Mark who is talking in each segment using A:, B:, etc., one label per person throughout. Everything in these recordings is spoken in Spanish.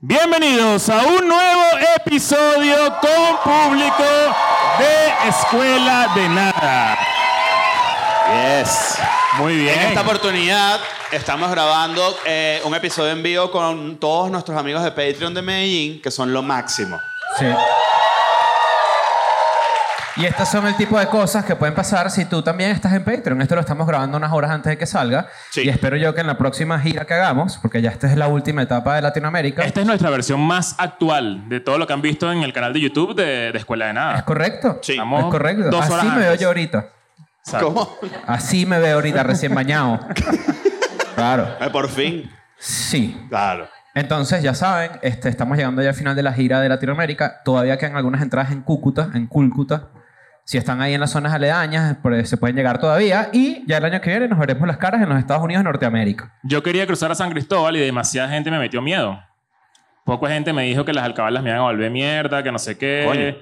A: Bienvenidos a un nuevo episodio con público de Escuela de Nada.
B: Yes.
A: Muy bien.
B: En esta oportunidad estamos grabando eh, un episodio en vivo con todos nuestros amigos de Patreon de Medellín, que son lo máximo.
C: Sí. Y estas son el tipo de cosas que pueden pasar si tú también estás en Patreon. Esto lo estamos grabando unas horas antes de que salga.
B: Sí.
C: Y espero yo que en la próxima gira que hagamos, porque ya esta es la última etapa de Latinoamérica.
A: Esta es nuestra versión más actual de todo lo que han visto en el canal de YouTube de, de Escuela de
C: ¿Es
A: Nada.
C: correcto?
B: Sí.
C: Es
A: Estamos
C: correcto.
A: dos
C: Así
A: horas
C: me veo
A: antes.
C: yo ahorita.
A: Exacto.
B: ¿Cómo?
C: Así me veo ahorita, recién bañado. claro.
B: Eh, por fin.
C: Sí.
B: Claro.
C: Entonces, ya saben, este, estamos llegando ya al final de la gira de Latinoamérica. Todavía quedan algunas entradas en Cúcuta, en Cúlcuta. Si están ahí en las zonas aledañas, por- se pueden llegar todavía. Y ya el año que viene nos veremos las caras en los Estados Unidos y Norteamérica.
A: Yo quería cruzar a San Cristóbal y demasiada gente me metió miedo. Poca gente me dijo que las alcabalas me iban a volver mierda, que no sé qué.
B: Coño.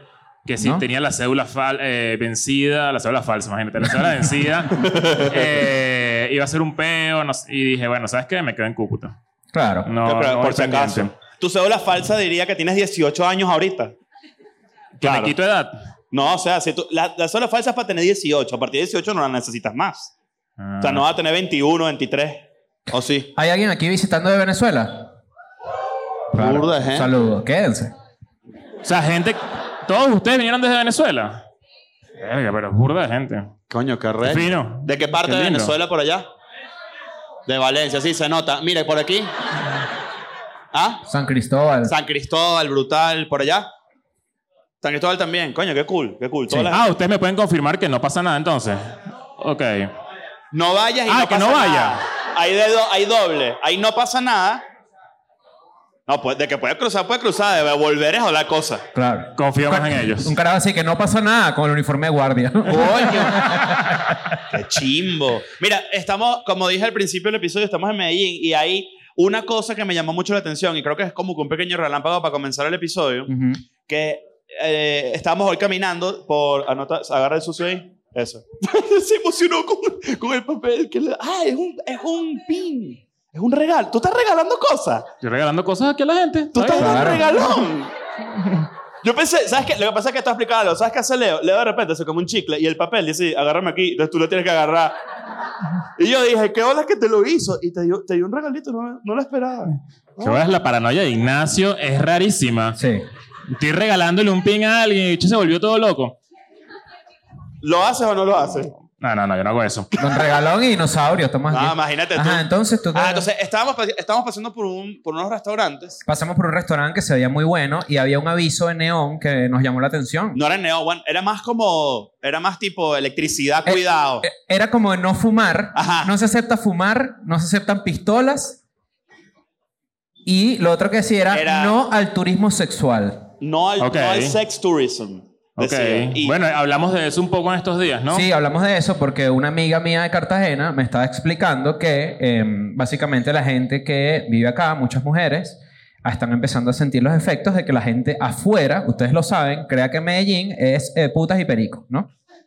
A: Que si
C: ¿No?
A: tenía la cédula fal- eh, vencida, la cédula falsa, imagínate, la cédula vencida, eh, iba a ser un peo. no sé, y dije, bueno, ¿sabes qué? Me quedo en Cúcuta.
C: Claro.
A: No,
B: Pero,
A: no
B: por
A: voy
B: si
A: pendiente.
B: acaso. Tu cédula falsa diría que tienes 18 años ahorita.
A: Que
B: Claro.
A: me quito edad.
B: No, o sea, si tú- la, la cédula falsa es para tener 18. A partir de 18 no la necesitas más. O sea, no vas a tener 21, 23. ¿O sí?
C: ¿Hay alguien aquí visitando de Venezuela?
B: Burda, ¿eh?
C: Saludos, quédense.
A: Ah. O sea, gente, todos ustedes vinieron desde Venezuela. Verga, pero es burda de gente.
B: Coño, qué rey.
A: Qué fino.
B: ¿De qué parte
A: Qué
B: de
A: lindo.
B: Venezuela por allá? De Valencia, sí, se nota. Mire, por aquí. ¿Ah?
C: San Cristóbal.
B: San Cristóbal, brutal, por allá. San Cristóbal también, coño, qué cool, qué cool. Toda la-
A: Ah, ustedes me pueden confirmar que no pasa nada entonces. Ok.
B: No vayas y
A: Ah,
B: no
A: que
B: pasa
A: no vaya.
B: nada. Hay, de do- hay doble, ahí no pasa nada. No, pues de que puedes cruzar, puedes cruzar, de volver es la cosa.
C: Claro.
A: Confío más en ellos.
C: Un carajo así que no pasa nada con el uniforme de guardia.
B: Coño. Qué chimbo. Mira, estamos, como dije al principio del episodio, estamos en Medellín y hay una cosa que me llamó mucho la atención y creo que es como que un pequeño relámpago para comenzar el episodio,
C: Ujú.
B: que eh, estábamos hoy caminando por... Anota, agarra el sucio ahí. Eso. Se emocionó con, con el papel. Que le, ah, es un, es un pin. Es un regalo. Tú estás regalando cosas.
A: Estoy regalando cosas aquí a la gente.
B: Tú estás dando
C: Claro.
B: regalón. Yo pensé, ¿sabes qué? Lo que pasa es que esto explica algo. ¿Sabes qué hace Leo? Leo de repente se come un chicle y el papel dice, agárrame aquí, entonces tú lo tienes que agarrar. Y yo dije, ¿qué hola que te lo hizo? Y te dio, te dio un regalito, no, no lo esperaba.
A: Que ahora es la paranoia de Ignacio es rarísima.
C: Sí.
A: Estoy regalándole un pin a alguien y el bicho se volvió todo loco.
B: ¿Lo haces o no lo haces?
A: No, no, no, yo no hago eso.
C: Don Regalón y Dinosaurio, estamos
B: Ah,
C: aquí.
B: imagínate tú.
C: Ajá, entonces tú.
B: Ah, entonces estábamos, pas- estábamos pasando por, un, por unos restaurantes.
C: Pasamos por un restaurante que se veía muy bueno y había un aviso en neón que nos llamó la atención.
B: No era neo One, era más como, era más tipo electricidad,
C: Eh,
B: cuidado.
C: Eh, Era como de no fumar.
B: Ajá.
C: No se acepta fumar, no se aceptan pistolas. Y lo otro que decía era,
B: Era-
C: no al turismo sexual.
B: no, al,
A: ok.
B: no al sex tourism.
A: Ok.
B: decía. Y-
A: Bueno, hablamos de eso un poco en estos días, ¿no?
C: Sí, hablamos de eso porque una amiga mía de Cartagena me estaba explicando que eh, básicamente la gente que vive acá, muchas mujeres, ah, están empezando a sentir los efectos de que la gente afuera, ustedes lo saben, crea que Medellín es eh, putas y perico, ¿no?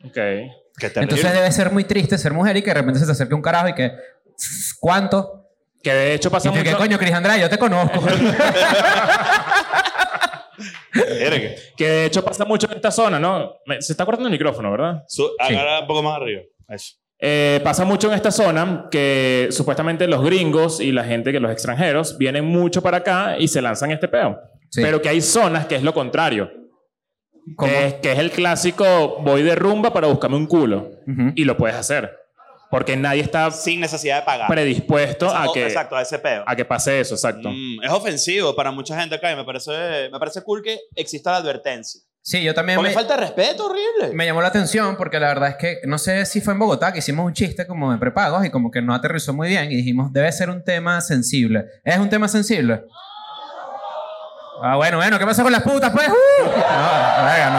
A: Ok.
B: Qué terrible.
C: Entonces debe ser muy triste ser mujer y que de repente se te acerque un carajo y que, "Sss, ¿cuánto?
A: Que de hecho
C: Y
A: pasa
C: tú,
A: mucho.
C: ¿qué coño, Cris Andrade? Yo te conozco.
B: Verga.
A: Que de hecho pasa mucho en esta zona, ¿no? Me- Se está cortando el micrófono, ¿verdad?
B: Su- agarra un poco más arriba. Eso.
A: Eh, pasa mucho en esta zona que supuestamente los gringos y la gente que los extranjeros vienen mucho para acá y se lanzan este peo.
C: Sí.
A: Pero que hay zonas que es lo contrario.
C: ¿Cómo?
A: Que es, que es el clásico voy de rumba para buscarme un culo.
C: Ujú.
A: Y lo puedes hacer. Porque nadie está
B: Sin necesidad de pagar.
A: predispuesto a
B: O-
A: que,
B: Exacto, a ese peo.
A: a que pase eso, exacto.
B: Mm, es ofensivo para mucha gente acá y me parece, me parece cool que exista la advertencia.
C: Sí, yo también
B: Porque
C: me,
B: falta de respeto, horrible.
C: me llamó la atención porque la verdad es que no sé si fue en Bogotá que hicimos un chiste como de prepagos y como que no aterrizó muy bien y dijimos, debe ser un tema sensible. ¿Es un tema sensible? Ah, bueno, bueno, ¿qué pasó con las putas, pues? ¡Uh! No, verga,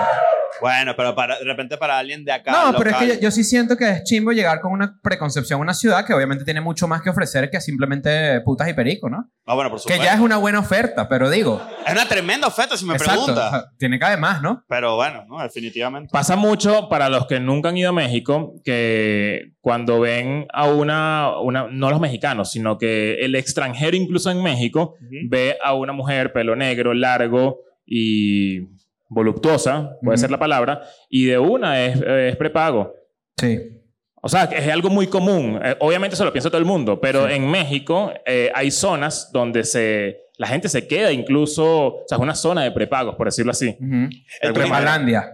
C: no.
B: Bueno, pero para, de repente para alguien de acá.
C: No, pero es que
B: local.
C: yo, yo sí siento que es chimbo llegar con una preconcepción a una ciudad que obviamente tiene mucho más que ofrecer que simplemente putas y perico, ¿no?
B: Ah, bueno, por
C: Que
B: supuesto.
C: ya es una buena oferta, pero digo.
B: Es una tremenda oferta, si me
C: exacto, o
B: preguntas.
C: sea, tiene que haber más, ¿no?
B: Pero bueno, no, definitivamente.
A: Pasa mucho para los que nunca han ido a México que cuando ven a una, una no los mexicanos, sino que el extranjero incluso en México
B: Ujú.
A: ve a una mujer pelo negro, largo y voluptuosa, puede
C: Ujú.
A: ser la palabra, y de una es, es prepago.
C: Sí.
A: O sea, que es algo muy común. Eh, obviamente se lo piensa todo el mundo, pero en México eh, hay zonas donde se, la gente se queda incluso, o sea, es una zona de prepagos, por decirlo así.
C: Ujú.
B: El turismo,
C: Prepalandia.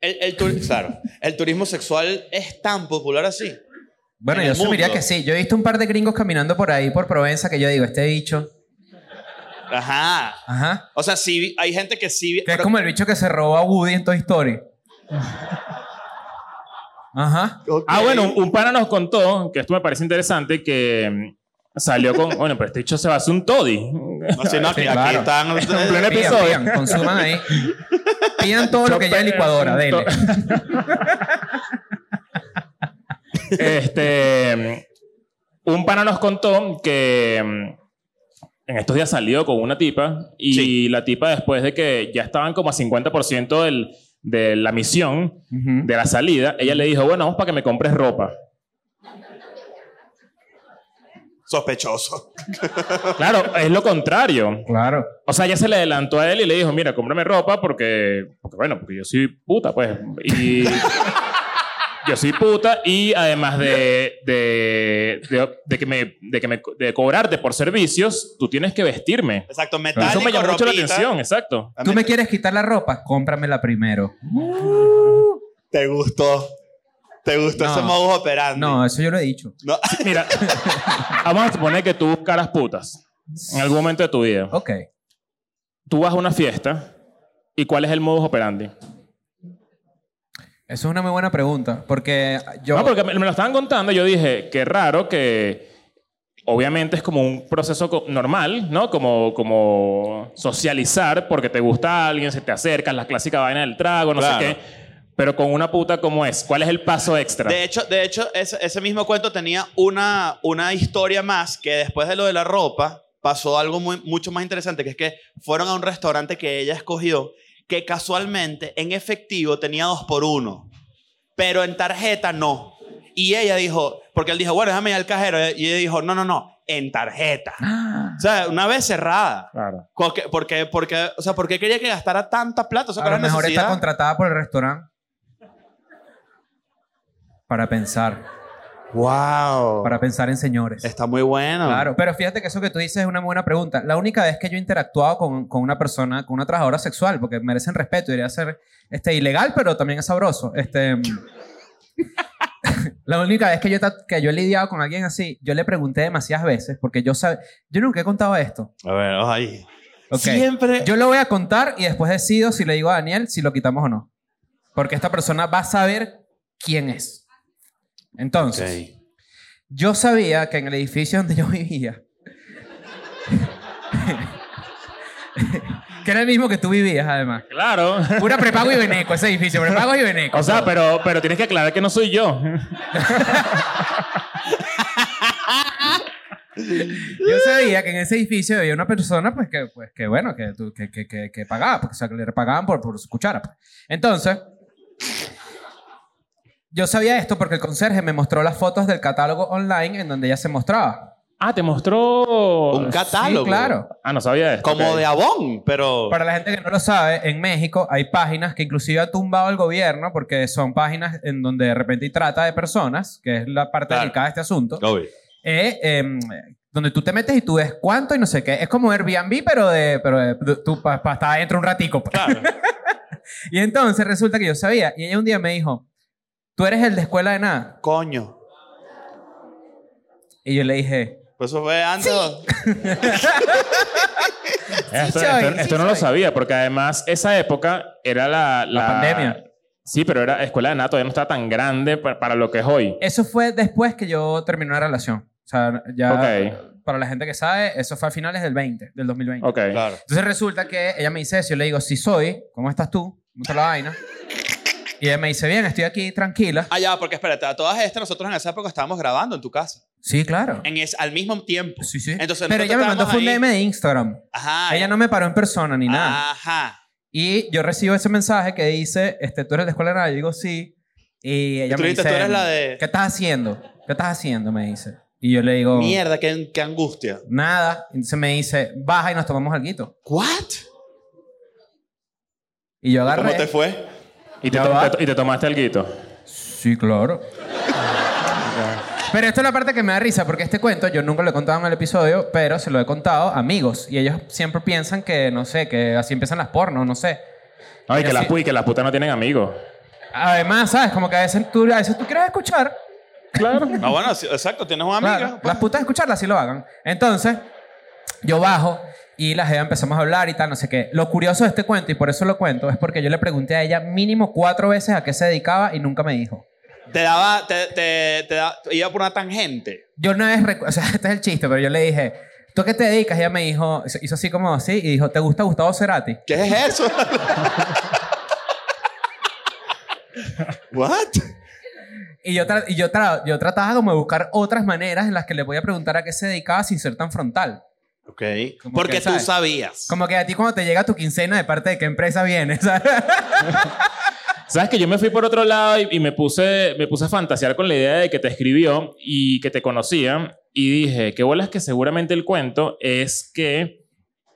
B: el, el tur- claro, el turismo sexual es tan popular así.
C: Bueno,
B: en
C: yo
B: el
C: asumiría
B: mundo.
C: que sí. Yo he visto un par de gringos caminando por ahí, por Provenza, que yo digo, este bicho.
B: Ajá.
C: Ajá.
B: O sea, sí, hay gente que sí.
C: Que es
B: pero-
C: como el bicho que se robó a Woody en Toy Story. Ajá.
B: Ok.
A: Ah, bueno, un- un pana nos contó, que esto me parece interesante, que mm, salió con, bueno, pero este hecho se va a hacer un toddy.
B: No, sí, no,
C: Sí,
B: aquí, aquí
C: claro.
B: están.
A: En pleno
C: Pidan,
A: episodio.
C: pidan, consuman ahí. Pidan todo lo que ya licuadora, dele.
A: Este, un pana nos contó que mm, en estos días salió con una tipa y
B: Sí.
A: la tipa después de que ya estaban como a 50% del- de la misión,
C: Ujú.
A: de la salida, ella le dijo, bueno, vamos para que me compres ropa.
B: Sospechoso.
A: Claro, es lo contrario.
C: Claro.
A: O sea, ella se le adelantó a él y le dijo, mira, cómprame ropa porque, porque bueno, porque yo soy puta, pues. Y yo soy puta y además de, de, de, de que me, de, que me, de cobrarte por servicios, tú tienes que vestirme.
B: Exacto, metálico,
A: Eso me llamó mucho la
B: ropita.
A: atención, exacto.
C: ¿Tú me quieres quitar la ropa? Cómpramela primero.
B: Te gustó. Te gustó
C: No.
B: ese modus operandi.
C: No, eso yo lo he dicho.
B: No.
A: Mira, vamos a suponer que tú buscaras putas en algún momento de tu vida.
C: Ok.
A: Tú vas a una fiesta y ¿cuál es el modus operandi?
C: Eso es una muy buena pregunta. Porque yo.
A: No, porque me, me lo estaban contando y yo dije, qué raro que... Obviamente es como un proceso co- normal, ¿no? Como, como socializar porque te gusta alguien, se te acercas, la clásica vaina del trago, no
B: Claro.
A: sé qué. Pero con una puta, ¿cómo es? ¿Cuál es el paso extra?
B: De hecho, de hecho ese, ese mismo cuento tenía una, una historia más que después de lo de la ropa pasó algo muy, mucho más interesante, que es que fueron a un restaurante que ella escogió que casualmente en efectivo tenía dos por uno, pero en tarjeta no. Y ella dijo, porque él dijo, bueno, déjame ir al cajero. Y ella dijo, no, no, no, en tarjeta.
C: Ah,
B: O sea, una vez cerrada.
A: Claro.
B: Porque, porque, porque, o sea, ¿por qué quería que gastara tanta plata? O sea,
C: a
B: ¿cuál
C: lo
B: es la
C: mejor está
B: necesidad?
C: contratada por el restaurante. Para pensar.
B: Wow.
C: Para pensar en señores.
B: Está muy bueno.
C: Claro, pero fíjate que eso que tú dices es una muy buena pregunta. La única vez que yo he interactuado con, con una persona, con una trabajadora sexual, porque merecen respeto, debería ser este, ilegal, pero también es sabroso. Este, la única vez que yo, he ta- que yo he lidiado con alguien así, yo le pregunté demasiadas veces, porque yo sab- yo nunca he contado esto.
B: A ver, ay.
C: Ok.
B: Siempre.
C: Yo lo voy a contar y después decido si le digo a Daniel si lo quitamos o no. Porque esta persona va a saber quién es. Entonces, yo sabía que en el edificio donde yo vivía, que era el mismo que tú vivías además,
A: Claro.
C: pura prepago y veneco ese edificio, prepago y veneco.
A: O sea, pero, pero tienes que aclarar que no soy yo.
C: yo sabía que en ese edificio había una persona, pues que, pues, que bueno, que, tú- que, que, que, que pagaba, porque, o sea, que le pagaban por, por su cuchara. pues. Entonces, yo sabía esto porque el conserje me mostró las fotos del catálogo online en donde ella se mostraba.
A: Ah, te mostró...
B: Un catálogo.
C: Oh, Sí, claro.
A: Ah, no sabía esto.
B: Como
A: ok.
B: de abón, pero.
C: Para la gente que no lo sabe, en México hay páginas que inclusive ha tumbado el gobierno porque son páginas en donde de repente hay trata de personas, que es la parte
B: Claro.
C: delicada de este asunto,
B: Obvio.
C: eh, em, donde tú te metes y tú ves cuánto y no sé qué. Es como Airbnb, pero de, pero de- de- tú para estar adentro un ratico. pues.
B: Claro.
C: Y entonces resulta que yo sabía y ella un día me dijo, tú eres el de escuela de nada.
B: Coño.
C: Y yo le dije,
B: Pues eso fue antes.
A: Esto,
C: soy,
A: esto-
C: sí
A: esto no lo
C: soy.
A: sabía, porque además esa época era la,
C: La pandemia.
A: Sí, pero era escuela de nada, todavía no estaba tan grande pa- para, lo que es hoy.
C: eso fue después que yo terminé una relación. O sea, ya para la gente que sabe, eso fue a finales del 20, del 2020.
A: Ok.
B: Claro.
C: Entonces resulta que ella me dice eso, yo le digo, sí soy, ¿cómo estás tú? ¿Cómo está la vaina? Y ella me dice, bien, estoy aquí tranquila.
B: Ah, ya, porque espérate, a todas estas nosotros en esa época estábamos grabando en tu casa.
C: Sí, claro.
B: En es, al mismo tiempo.
C: Sí, sí.
B: Entonces,
C: Pero
B: nosotros
C: ella me mandó
B: estábamos
C: fue un
B: ahí. Ah,
C: DM de Instagram.
B: Ajá.
C: Ella no me paró en persona ni nada.
B: Ajá.
C: Y yo recibo ese mensaje que dice, este, tú eres de escuela de nada. Yo digo, sí. Y ella
B: Tú
C: me
B: dijiste,
C: dice,
B: "Tú eres la de-"
C: ¿qué estás haciendo? ¿Qué estás haciendo? Me dice. Y yo le digo,
B: Mierda, qué, qué angustia.
C: nada. Entonces me dice, baja y nos tomamos algo.
B: ¿What?
C: Y yo agarré.
B: ¿Cómo te fue?
A: Y te,
C: Ya
A: to-
C: va.
A: te- y te tomaste el guito.
C: Sí, claro. Pero esta es la parte que me da risa, porque este cuento yo nunca lo he contado en el episodio, pero se lo he contado a amigos. Y ellos siempre piensan que, no sé, que así empiezan las pornos, no sé.
A: Ay, que
C: Mira,
A: las,
C: sí.
A: pu- y que las putas no tienen amigos.
C: Además, ¿sabes? Como que a veces tú, a veces tú quieres escuchar.
A: Claro.
B: No, bueno, sí, exacto, tienes una amiga.
C: Claro,
B: pues.
C: las putas escucharlas sí lo hagan. Entonces, yo bajo y la jeva empezamos a hablar y tal, no sé qué. Lo curioso de este cuento, y por eso lo cuento, es porque yo le pregunté a ella mínimo cuatro veces a qué se dedicaba y nunca me dijo.
B: Te daba, te, te, te da- iba por una tangente.
C: Yo una vez, recu- o sea, este es el chiste, pero yo le dije, ¿tú a qué te dedicas? Y ella me dijo, hizo- hizo así como así, y dijo, ¿te gusta Gustavo Cerati?
B: ¿Qué es eso? ¿What?
C: Y yo, tra- y yo, tra- yo trataba como de buscar otras maneras en las que le podía preguntar a qué se dedicaba sin ser tan frontal.
B: Ok.
C: Como
B: Porque
C: que,
B: tú
C: ¿sabes?
B: sabías.
C: Como que a ti cuando te llega tu quincena, ¿de parte de qué empresa vienes?
A: Sabes que yo me fui por otro lado y, y me, puse, me puse a fantasear con la idea de que te escribió y que te conocía. Y dije, qué bolas que seguramente el cuento es que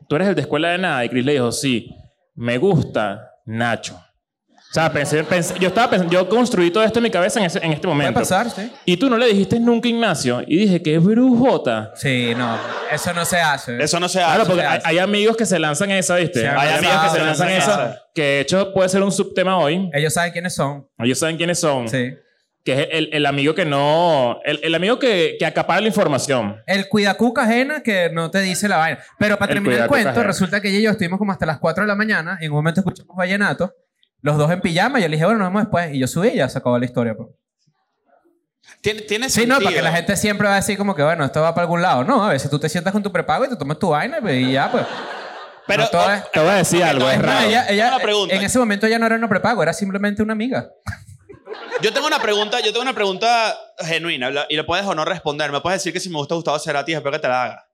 A: tú eres el de escuela de nada. Y Chris le dijo, sí, me gusta Nacho. O sea, pensé, pensé- yo estaba pensando, yo construí todo esto en mi cabeza en, ese- en este
C: Puede
A: momento.
C: pasar, sí.
A: Y tú no le dijiste nunca Ignacio. Y dije, qué brujota.
C: Sí, no, eso no se hace.
B: Eso no se hace.
A: Claro, porque
C: se
A: hay,
C: hace.
A: hay amigos que se lanzan esa, ¿viste?
C: Se han
A: hay amigos que
B: lanzado,
A: se
B: se
A: lanzan
B: lanzan
A: esa,
B: esa.
A: que de hecho puede ser un subtema hoy.
C: Ellos saben quiénes son.
A: Ellos saben quiénes son.
C: Sí.
A: que es el, el amigo que no, el, el amigo que, que acapara la información.
C: El cuidacuca ajena que no te dice la vaina. Pero para
A: El
C: terminar el
A: cuidacuca
C: cuento,
A: ajena.
C: resulta que ella y yo estuvimos como hasta las 4 de la mañana y en un momento escuchamos vallenato, los dos en pijama. Yo le dije, bueno, nos vemos después. Y yo subí y ya se acabó la historia. pues.
B: Tiene, tiene
C: Sí, no,
B: sentido.
C: para que la gente siempre va a decir como que, bueno, esto va para algún lado. No, a veces tú te sientas con tu prepago y te tomas tu vaina pues, y ya, pues.
B: Pero,
C: No todo es-
A: Te voy a decir algo, es
C: Es más,
A: raro.
C: ella- ella-
B: Una pregunta.
C: en ese momento ya no era una prepago, era simplemente una amiga.
B: Yo tengo una pregunta, yo tengo una pregunta genuina la- y la puedes o no responder. Me puedes decir que si me gusta Gustavo Cerati, espero que te la haga.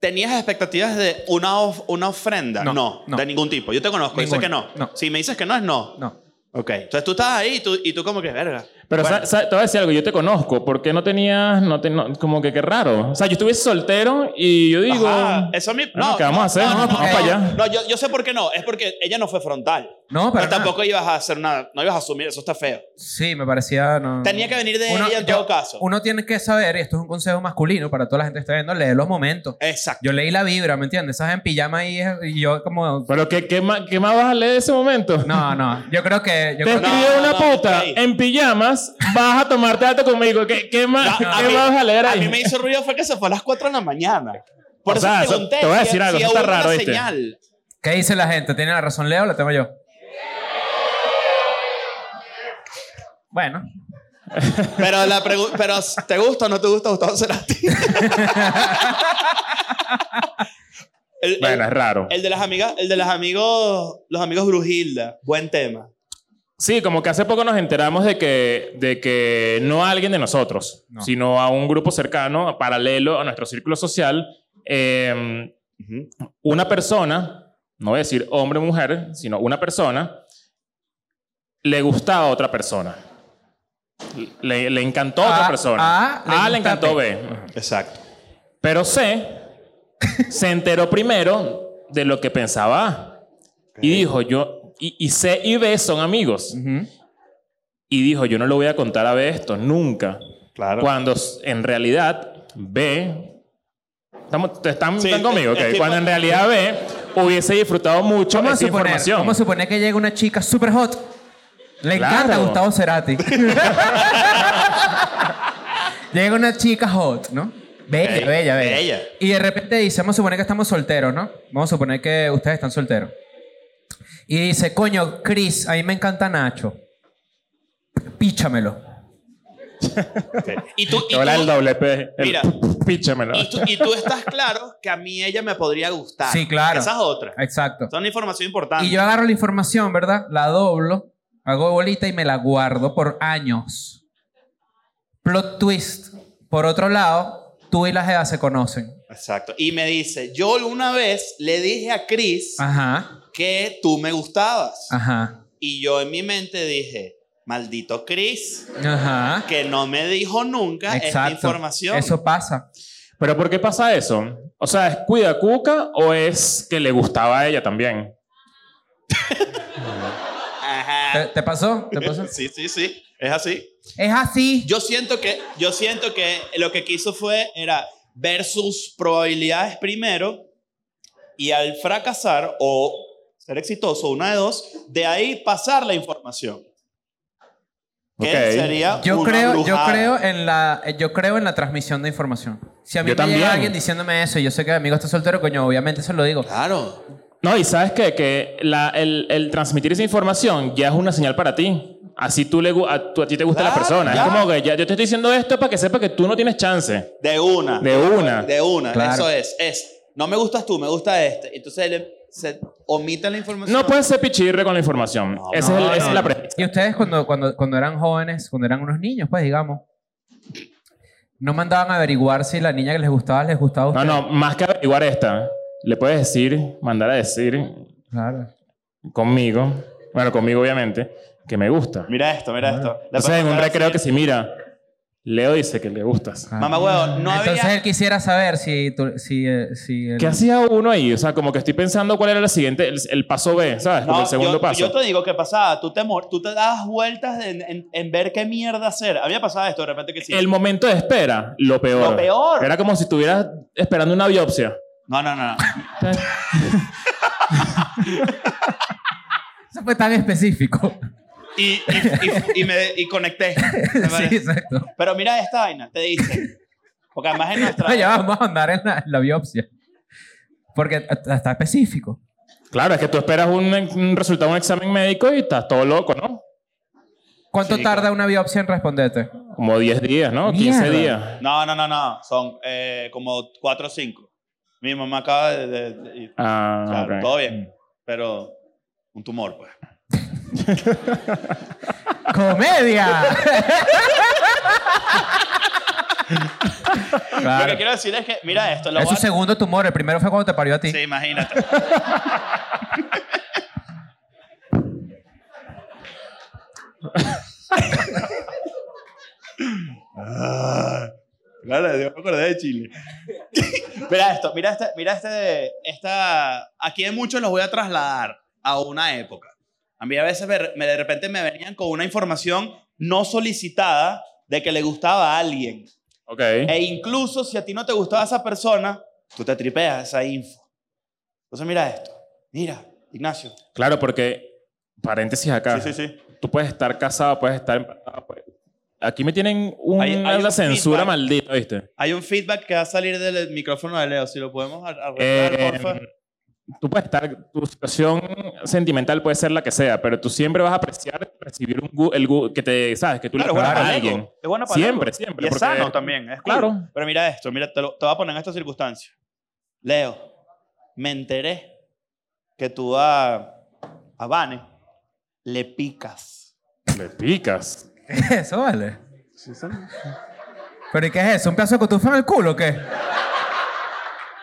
B: ¿Tenías expectativas de una, of- una ofrenda?
C: No,
B: No,
C: no.
B: de ningún tipo. Yo te conozco, yo sé que
C: Ninguna,
B: no.
C: no.
B: Si me dices que no, es no.
C: No.
B: Ok, entonces tú estás ahí y tú, y tú como que, verga.
A: Pero
B: Bueno,
A: sa- sa- te voy a decir algo, yo te conozco, ¿por qué no tenías, no te- no- como que qué raro? O sea, yo estuviese soltero y yo digo,
B: ajá, eso a mí-
A: bueno,
B: no,
A: ¿qué vamos a hacer?
B: no, no,
A: Vamos
B: no,
A: para allá.
B: No, yo, yo sé por qué no. Es porque ella no fue frontal.
C: No,
B: Pero
C: para nada.
B: tampoco ibas a hacer nada. No ibas a asumir, eso está feo.
C: Sí, me parecía. No.
B: Tenía que venir de ella en todo caso.
C: Uno tiene que saber, y esto es un consejo masculino para toda la gente que está viendo, leer los momentos.
B: Exacto.
C: Yo leí la vibra, ¿me entiendes? Esas en pijama ahí es- y yo como.
A: Pero ¿qué, qué, más, ¿qué más vas a leer de ese momento?
C: No, no. Yo creo que. Yo
A: Te
C: creo que-
B: No,
A: escribió
B: no,
A: una
B: no,
A: puta
B: ok.
A: en pijamas, vas a tomarte algo conmigo. ¿Qué, qué más,
B: Ya, Ah, a
A: qué
B: mí-
A: más vas a leer ahí?
B: A mí me hizo ruido fue que se fue a las 4 de la mañana. Por
A: O
B: eso
A: sea,
B: te
A: eso-
B: pregunté.
A: te voy a
B: si-
A: decir algo,
B: si
A: eso está
B: hubo una
A: raro, ¿viste?
B: señal.
C: ¿Qué dice la gente? ¿Tiene la razón Leo o la tengo yo? Bueno.
B: Pero, la pregu- pero ¿te gusta o no te gusta Gustavo Cerati? el, el-
A: Bueno, es raro.
B: el de las amigas, el de los amigos, los amigos Brujilda, buen tema.
A: Sí, como que hace poco nos enteramos de que, de que no a alguien de nosotros,
C: No.
A: sino a un grupo cercano, paralelo a nuestro círculo social, eh, una persona, no voy a decir hombre o mujer, sino una persona, le gusta a otra persona. Le, le encantó a
C: A-
A: otra persona.
C: A le
A: A le
C: gusta
A: encantó
C: a
A: B.
B: Exacto.
A: Pero C se enteró primero de lo que pensaba A. Y dijo, yo, y, y C y B son amigos.
C: Ujú.
A: Y dijo, yo no le voy a contar a B esto nunca.
B: Claro.
A: Cuando s- en realidad B... Estamos, te están,
B: Sí,
A: están conmigo,
B: es-
A: ok.
B: es que-
A: Cuando en realidad B hubiese disfrutado mucho
C: Vamos a
A: más
C: suponer,
A: información.
C: vamos a suponer que llega una chica super hot. Le
A: Claro.
C: encanta Gustavo Cerati. llega una chica hot, ¿no? Bella,
A: Bella,
C: bella, bella,
B: bella.
C: Y de repente dice, vamos a suponer que estamos solteros, ¿no? Vamos a suponer que ustedes están solteros. Y dice, coño, Chris, a mí me encanta Nacho. Píchamelo.
B: Y tú, y,
A: Te voy a dar el
B: tú,
A: doble P. el
B: Mira.
A: píchamelo.
B: y tú- y tú estás claro que a mí ella me podría gustar.
C: Sí, claro.
B: Esa es otra.
C: Exacto.
B: Esa es una información importante.
C: Y yo agarro la información, ¿verdad? La doblo Hago bolita y me la guardo por años. Plot twist. Por otro lado, tú y la Jeva se conocen.
B: Exacto. Y me dice, yo una vez le dije a Chris
C: Ajá,
B: que tú me gustabas.
C: Ah. ajá,
B: Y yo en mi mente dije, maldito Chris,
C: ajá.
B: que no me dijo nunca esta información.
C: Eso pasa.
A: ¿Pero por qué pasa eso? O sea, ¿es cuida cuca o es que le gustaba a ella también?
C: ¿Te,
B: Ajá.
C: te pasó? ¿Te pasó?
B: Sí, sí, sí. Es así.
C: Es así.
B: Yo siento que, yo siento que lo que quiso fue era ver sus probabilidades primero y al fracasar o ser exitoso, una de dos, de ahí pasar la información. Que
A: Ok.
B: sería
C: Yo
B: una
C: creo, yo
B: brujada.
C: creo en la, yo creo en la transmisión de información. Si a mí
A: Yo
C: me llega
A: también.
C: alguien diciéndome eso, y yo sé que mi amigo está soltero, coño, obviamente se lo digo.
B: Claro.
A: No, y sabes qué? que la- el, el transmitir esa información ya es una señal para ti. Así tú le, gu- a, tú- a ti te gusta la
B: Claro,
A: persona.
B: ya.
A: Es como que ya, yo te estoy diciendo esto para que sepa que tú no tienes chance.
B: De una.
A: De una.
B: De una.
C: Claro.
B: Eso es. Es. No me gustas tú, me gusta este. Entonces él se omite la información.
A: No puedes ser pichirre con la información.
B: No,
A: Esa es,
C: No,
A: el- esa
C: no,
A: es la
C: no.
A: premisa.
C: Y ustedes cuando, cuando, cuando eran jóvenes, cuando eran unos niños, pues digamos, no mandaban a averiguar si la niña que les gustaba les gustaba a
A: No,
C: ustedes.
A: no, más que averiguar esta. Le puedes decir, mandar a decir
C: Claro.
A: conmigo, bueno, conmigo obviamente, que me gusta.
B: Mira esto, mira esto. La
A: Entonces Ah. en un
B: persona-
A: recreo que si mira, Leo dice que le gustas.
C: Ah.
B: Mamá huevo, no
C: Entonces
B: había-
C: él quisiera saber si, tú- si, eh, si el-
A: ¿Qué hacía uno ahí? O sea, como que estoy pensando cuál era el siguiente, el, el paso B, ¿sabes? Como
B: No,
A: el segundo
B: yo,
A: paso.
B: yo te digo que pasaba, tú te, mor- tú te dabas vueltas en, en- en ver qué mierda hacer. Había pasado esto de repente que sí.
A: El momento de espera, lo peor.
B: Lo peor.
A: Era como si estuvieras esperando una biopsia.
B: No, no, no. no.
C: Eso fue tan específico.
B: Y, y- y- y me, y conecté. me
C: sí,
B: parece.
C: exacto.
B: Pero mira esta vaina, te dicen. Porque además en nuestra.
C: No, ya vamos a andar en la, en la biopsia. Porque está está específico.
A: Claro, es que tú esperas un, un resultado de un examen médico y estás todo loco, ¿no?
C: ¿Cuánto
B: Sí,
C: tarda
B: claro.
C: una biopsia en responderte?
A: Como 10 días, ¿no? 15
C: Mierda.
A: días.
B: No, no, no, no. Son eh, como cuatro o cinco. Mi mamá acaba de. de- de- y-
A: Ah,
B: claro,
A: ok.
B: todo bien. Pero un tumor, pues.
C: ¡Comedia!
B: Lo que
C: claro.
B: quiero decir es que, mira esto. lo
C: Es su
B: voy a-
C: segundo tumor. El primero fue cuando te parió a ti.
B: Sí, imagínate. Ah, Claro, yo me acordé de Chile. mira esto, mira este, mira este, esta, aquí en muchos los voy a trasladar a una época. A mí a veces me- me- de repente me venían con una información no solicitada de que le gustaba a alguien.
A: Ok.
B: E incluso si a ti no te gustaba esa persona, tú te tripeas esa info. Entonces mira esto. Mira, Ignacio.
A: Claro, porque, paréntesis acá,
B: sí.
A: tú puedes estar casado, puedes estar... embarazado, puedes- Aquí me tienen una
B: Hay- hay un
A: censura
B: feedback.
A: maldita, ¿viste?
B: Hay un feedback que va a salir del micrófono de Leo. Si lo podemos ar- arreglar,
A: Eh,
B: porfa.
A: tú puedes estar, tu situación sentimental puede ser la que sea, pero tú siempre vas a apreciar recibir un gu- el gu- que te, sabes, que tú
B: Claro, es
A: le
B: buena
A: das
B: para
A: a
B: el ego.
A: alguien.
B: Es buena para el
A: Siempre,
B: ego.
A: siempre.
B: Y es
A: porque-
B: sano también. Es
A: Claro.
B: cool. Pero mira esto, mira, te, lo, te voy a poner en esta circunstancia. Leo, me enteré que tú a, a Vane le picas.
A: Le picas.
C: ¿Qué es eso, vale? ¿Pero y qué es eso? ¿Un pedazo de cotufa en el culo o qué?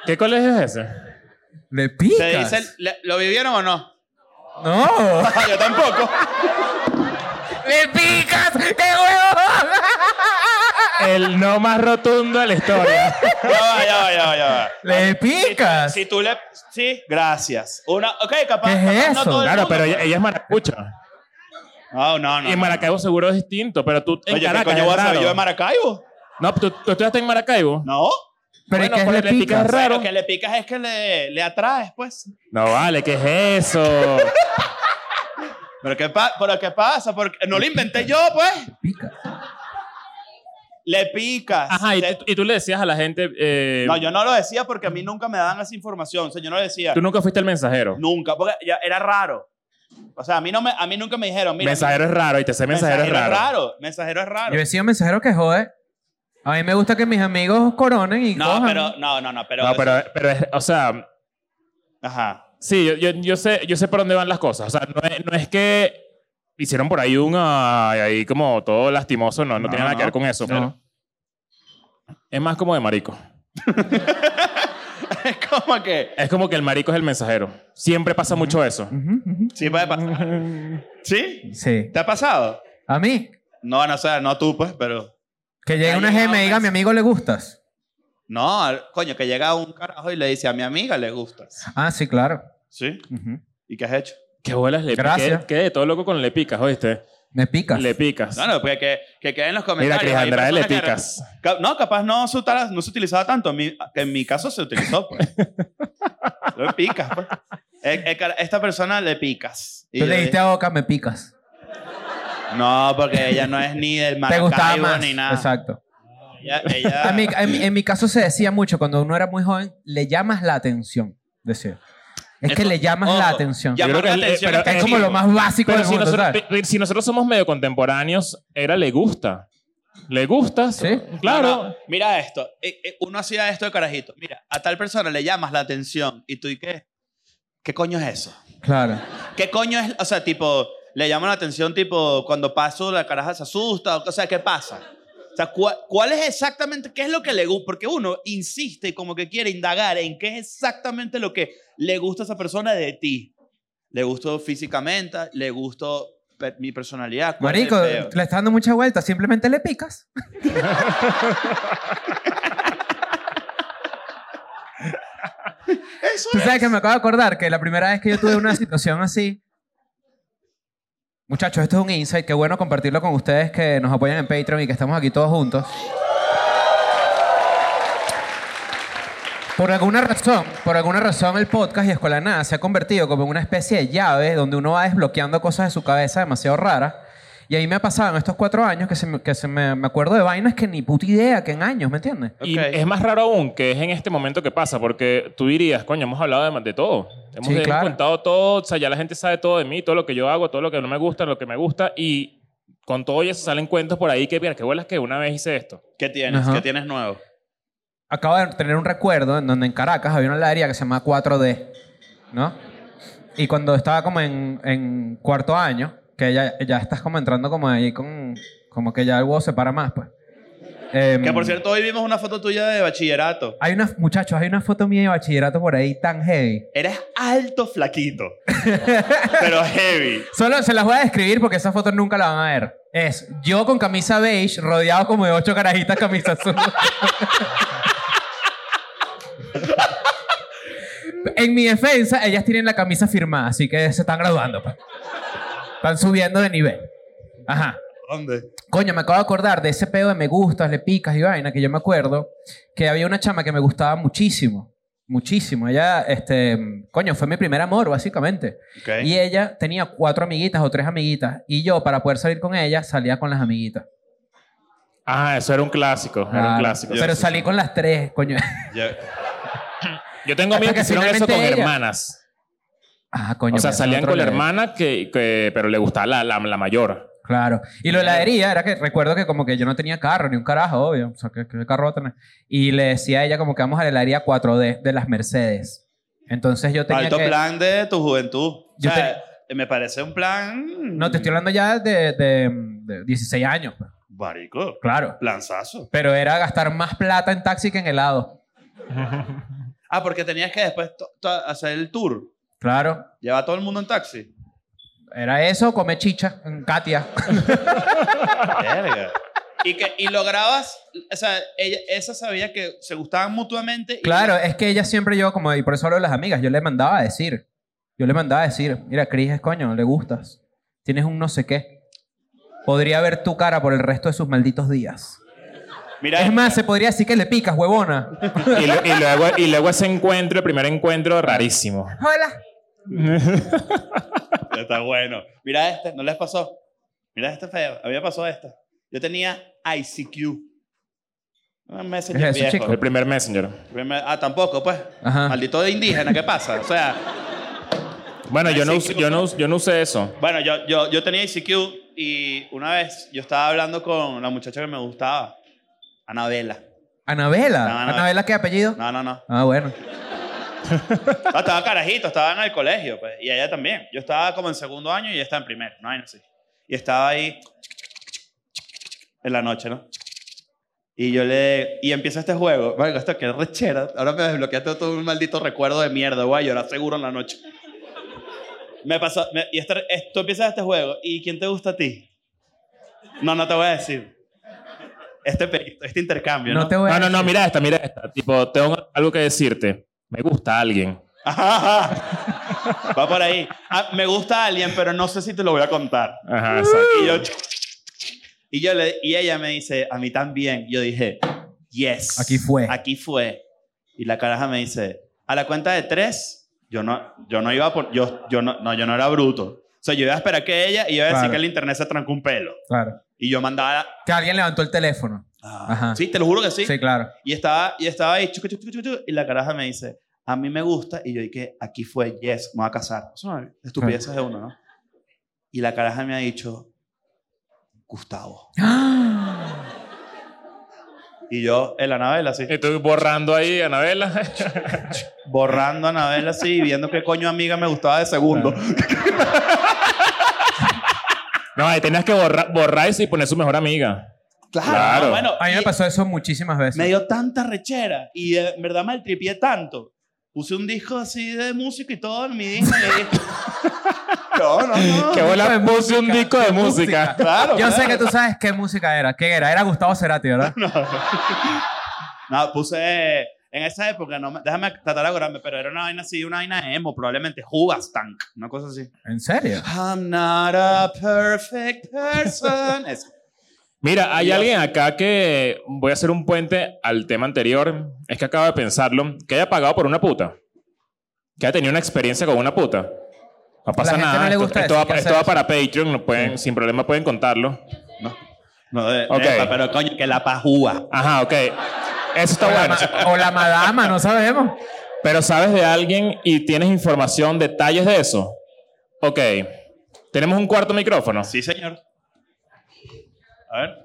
A: ¿Qué colegio es ese?
C: ¿Le
B: Se
C: picas?
B: dice, le- ¿Lo vivieron o no?
C: ¡No!
B: Yo tampoco.
C: ¡Le picas! ¡Qué huevo!
A: El no más rotundo de la historia.
B: Ya va, ya va, ya va, ya va.
C: ¡Le picas!
B: Si tú le. Sí, gracias. Una, ok, capaz.
C: ¿Qué es
B: capaz
C: eso?
B: No, todo el
A: Claro,
B: mundo, pues.
A: pero ella, ella es maracucha.
B: No, no, no.
A: y en
B: no.
A: Maracaibo seguro es distinto, pero tú en
B: Oye, ¿qué
A: Caracas
B: coño
A: es
B: voy a saber
A: raro.
B: yo de Maracaibo?
A: No, ¿tú, tú estudiaste en Maracaibo?
B: No.
C: ¿Pero y
A: Bueno,
C: qué
A: pero
C: es le
A: le picas
C: picas?
A: ra- Raro.
B: Lo que pues le picas es que le, le atraes, pues.
A: No vale, ¿qué es eso?
B: ¿Pero qué, pa- pero qué pasa? Porque no lo inventé yo, pues.
C: Picas.
B: Le picas.
A: Ajá, y
B: Te-
A: tú, y tú le decías a la gente... eh,
B: No, yo no lo decía porque a mí nunca me daban esa información. O sea, yo no lo decía.
A: Tú nunca fuiste el mensajero.
B: Nunca, porque ya era raro. O sea, a mí, no me, a mí nunca me dijeron, mira.
A: mensajero es raro, y te sé mensajero, es raro.
B: Mensajero es
C: Yo
B: raro.
C: he sido mensajero que jode. A mí me gusta que mis amigos coronen y
B: No,
C: cojan.
B: pero, no, no, no, pero.
A: No, pero, pero es- o sea,
B: Ajá.
A: sí, yo, yo, yo sé, yo sé por dónde van las cosas. O sea, no es, no es que hicieron por ahí un ay, ahí como todo lastimoso. No, no,
B: No,
A: tiene nada que ver
B: no.
A: con eso.
C: No.
A: Es más como de marico.
B: Es como que.
A: Es como que el marico es el mensajero. Siempre pasa mucho eso.
C: Ujú, ujú.
B: Sí, puede pasar. ¿Sí?
C: Sí.
B: ¿Te ha pasado?
C: A mí,
B: No, no, o sea, no tú, pues, pero.
C: que llegue
B: Ha
C: una
B: llegado
C: gema y diga, a
B: un
C: mi amigo le gustas.
B: No, al- coño, que llega un carajo y le dice a mi amiga le gustas.
C: Ah, sí, claro.
B: ¿Sí?
C: Ujú.
B: ¿Y qué has hecho?
A: Qué bolas le
C: Gracias.
A: picas. Qué de todo loco con le picas, ¿oíste?
C: Me picas.
A: Le picas.
B: No, no, porque que, que quede en los
A: Mira,
B: comentarios.
A: Cris
B: Hay
A: Andrade le
B: personas que-
A: picas.
B: Ca- No, capaz no se, utara- no se utilizaba tanto. En mi, en mi caso se utilizó. Pues. Lo picas, pues. Eh, eh, cara- Esta persona le picas. Y
C: Tú
B: yo
C: le diste a Oca, me picas.
B: dije, no, porque ella no es ni del
C: Te gustaba
B: Maracaibo
C: más.
B: ni nada.
C: Exacto.
B: Ella, ella-
C: A mí- a mí- en mi caso se decía mucho, cuando uno era muy joven, le llamas la atención. Decía. Es que
B: Eso-
C: le llamas
B: ojo,
C: la atención.
A: ya-
B: llamar
A: creo que
B: la
A: el- eh,
B: atención
A: pero
B: está
C: es como lo
B: chivo.
C: más básico
A: Pero
C: del
A: si
C: mundo.
A: nosotros,
C: ¿sabes?
A: pe- si nosotros somos medio contemporáneos, era le gusta. ¿Le gustas?
C: Sí.
A: Claro.
B: No, no, mira esto. Eh, eh, uno hacía esto de carajito. Mira, a tal persona le llamas la atención. ¿Y tú y qué? ¿Qué coño es eso?
C: Claro.
B: ¿Qué coño es? O sea, tipo, le llama la atención, tipo, cuando paso la caraja se asusta. O sea, ¿qué pasa? O sea, ¿cuál, cuál es exactamente, qué es lo que le gusta? Porque uno insiste y como que quiere indagar en qué es exactamente lo que le gusta a esa persona de ti. Le gustó físicamente, le gustó pe- mi personalidad. ¿cuál es el
C: Marico,
B: peo?
C: le está dando mucha vuelta, simplemente le picas.
B: Eso
C: Tú sabes que me acabo de acordar que la primera vez que yo tuve una situación así. Muchachos, esto es un insight. Qué bueno compartirlo con ustedes que nos apoyan en Patreon y que estamos aquí todos juntos. Por alguna razón, por alguna razón el podcast y Escuela de Nada se ha convertido como en una especie de llave donde uno va desbloqueando cosas de su cabeza demasiado raras. Y ahí me ha pasado en estos cuatro años que se me, que se me, me acuerdo de vainas que ni puta idea que en años, ¿me entiendes?
A: Y
B: Ok.
A: es más raro aún que es en este momento que pasa, porque tú dirías, coño, hemos hablado de, de todo. Hemos,
C: Sí,
A: hemos
C: claro.
A: contado todo, o sea, ya la gente sabe todo de mí, todo lo que yo hago, todo lo que no me gusta, lo que me gusta, y con todo eso salen cuentos por ahí que, mira, qué bolas que una vez hice esto.
B: ¿Qué tienes?
C: Ajá.
B: ¿Qué tienes nuevo?
C: acabo de tener un recuerdo en donde en Caracas había una heladería que se llamaba 4D, ¿no? Y cuando estaba como en, en cuarto año, que ya, ya estás como entrando como ahí con... Como que ya el huevo se para más, pues. Em,
B: Que por cierto, hoy vimos una foto tuya de bachillerato.
C: Hay una, muchachos, hay una foto mía de bachillerato por ahí tan heavy.
B: Eres alto, flaquito. pero heavy.
C: Solo se las voy a describir porque esa foto nunca la van a ver. Es yo con camisa beige, rodeado como de ocho carajitas camisa azul. en mi defensa, ellas tienen la camisa firmada, así que se están graduando. pues. Están subiendo de nivel. Ajá.
B: ¿Dónde?
C: Coño, me acabo de acordar de ese pedo de me gustas, le picas y vaina, que yo me acuerdo que había una chama que me gustaba muchísimo. Muchísimo. Ella, este, coño, fue mi primer amor, básicamente.
B: Ok.
C: Y ella tenía cuatro amiguitas o tres amiguitas. Y yo, para poder salir con ella, salía con las amiguitas.
A: Ah, eso era un clásico, era
C: Claro.
A: un clásico.
C: Pero salí con las tres, coño.
B: Ya-
A: Yo tengo
C: Hasta
A: amigos que
C: que
A: hicieron eso con
C: finalmente ella-
A: hermanas.
C: Ah, coño.
A: o sea,
C: pues,
A: salían
C: otro
A: con la
C: nivel.
A: hermana, que, que- pero le gustaba la, la, la mayor.
C: Claro. Y lo de la heladería era que recuerdo que como que yo no tenía carro, ni un carajo, obvio. O sea, ¿qué, qué carro va a tener? Y le decía a ella como que vamos a la heladería 4D de las Mercedes. Entonces yo tenía
B: Alto
C: que...
B: plan de tu juventud. O
C: Yo
B: sea, me parece un plan.
C: No, te estoy hablando ya de, de- de 16 años. pues.
B: Barico.
C: Claro.
B: Lanzazo.
C: Pero era gastar más plata en taxi que en helado.
B: Ah, porque tenías que después to- to- hacer el tour.
C: Claro.
B: Lleva a todo el mundo en taxi.
C: Era eso, comer chicha en Katia.
B: Verga. Y, que, y lograbas, o sea, ella, esa sabía que se gustaban mutuamente. y-
C: Claro, es que ella siempre yo, como, y por eso hablo de las amigas, yo le mandaba a decir. Yo le mandaba a decir, mira, Cris es coño, le gustas. Tienes un no sé qué. Podría ver tu cara por el resto de sus malditos días.
B: Mira,
C: Es más, se podría decir que le picas, huevona.
A: Y, lo- y luego, y luego ese encuentro, el primer encuentro, rarísimo.
C: Hola.
B: Está bueno. Mira este, no les pasó. Mira este feo. A mí me pasó este. Yo tenía ICQ. Un messenger
C: ¿Es eso,
B: viejo.
C: chico?
A: El primer messenger.
B: Primer- Ah, tampoco, pues.
C: Ajá.
B: Maldito de indígena, ¿qué pasa? O sea,
A: Bueno, yo no,
B: sí,
A: usé-
B: sí,
A: yo, no, us- yo no usé eso.
B: bueno, yo, yo, yo tenía ICQ y una vez yo estaba hablando con la muchacha que me gustaba, Anabela.
C: Anabela.
B: No, no.
C: Anabela, ¿qué apellido?
B: No, no, no.
C: Ah, bueno.
B: No, estaba carajito, estaba en el colegio, pues, y ella también. Yo estaba como en segundo año y ella estaba en primero, no hay así. y estaba ahí en la noche, ¿no? Y yo le... Y empieza este juego. Bueno, esto que es rechera. Ahora me desbloqueaste todo un maldito recuerdo de mierda. Voy a llorar seguro en la noche. Me pasó... me- y este, es- tú empiezas este juego. ¿Y quién te gusta a ti? No, no te voy a decir. Este, pe- este intercambio, ¿no?
C: No te voy a
A: No, no, no,
C: decir.
A: mira esta, mira esta. Tipo, tengo algo que decirte. Me gusta alguien.
B: Ajá, ajá. Va por ahí. Ah, me gusta alguien, pero no sé si te lo voy a contar.
A: Ajá, exacto.
B: Y yo... Y, yo le, y ella me dice, a mí también. Yo dije, yes.
C: Aquí fue.
B: Aquí fue. Y la caraja me dice, a la cuenta de tres, yo no, yo no iba a... pon- Yo, yo, no, no, yo no era bruto. O sea, yo iba a esperar que ella y yo iba a decir
C: Claro.
B: que el internet se trancó un pelo.
C: Claro.
B: Y yo mandaba...
C: Que alguien levantó el teléfono.
B: ah,
C: Ajá.
B: Sí, te lo juro que
C: Sí, claro.
B: y estaba, y estaba ahí, chucu, chucu, chucu, chucu, y la caraja me dice, a mí me gusta, y yo dije, aquí fue, yes, me voy a casar. Eso no es estupideces de uno, ¿no? Y la caraja me ha dicho, Gustavo. Y yo, el Anabel así,
C: Eh.
A: Estoy borrando ahí, Anabela.
B: borrando a Anabel así, y viendo qué coño amiga me gustaba de segundo.
A: No, ahí tenías que borrar, borrar eso y poner su mejor amiga.
B: Claro,
A: Claro.
B: ¿no? bueno.
C: A mí
B: y
C: me pasó eso muchísimas veces.
B: me dio tanta rechera, y eh, en verdad maltripié tanto. Puse un disco así de música y todo en mi disco. y le dije, no, no, no.
A: Que bola puse un disco de música.
B: Claro,
C: Yo sé
B: claro.
C: que tú sabes qué música era. ¿Qué era? Era Gustavo Cerati, ¿verdad?
B: No, puse. En esa época, no me- déjame tratar de acordarme, pero era una vaina así, una vaina emo, probablemente Tank, una cosa así.
C: ¿En serio?
B: I'm not a perfect person. Eso.
A: Mira, hay
B: Dios.
A: alguien acá que voy a hacer un puente al tema anterior. Es que acabo de pensarlo. Que haya pagado por una puta. Que haya tenido una experiencia con una puta. No pasa
C: gente
A: nada.
C: no le
A: esto-
C: gusta
A: esto
C: decir
A: va,
C: que
A: esto
C: hacer
A: va
C: eso.
A: para Patreon. no pueden, Sin problema pueden contarlo.
B: No, no, de-
A: Ok.
B: epa, pero coño, que la pajúa.
A: Ajá, ok. Eso está
C: O la,
A: bueno.
C: ma- o la madama, no sabemos.
A: Pero sabes de alguien y tienes información, detalles de eso. Ok. Tenemos un cuarto micrófono.
B: Sí, señor. A ver.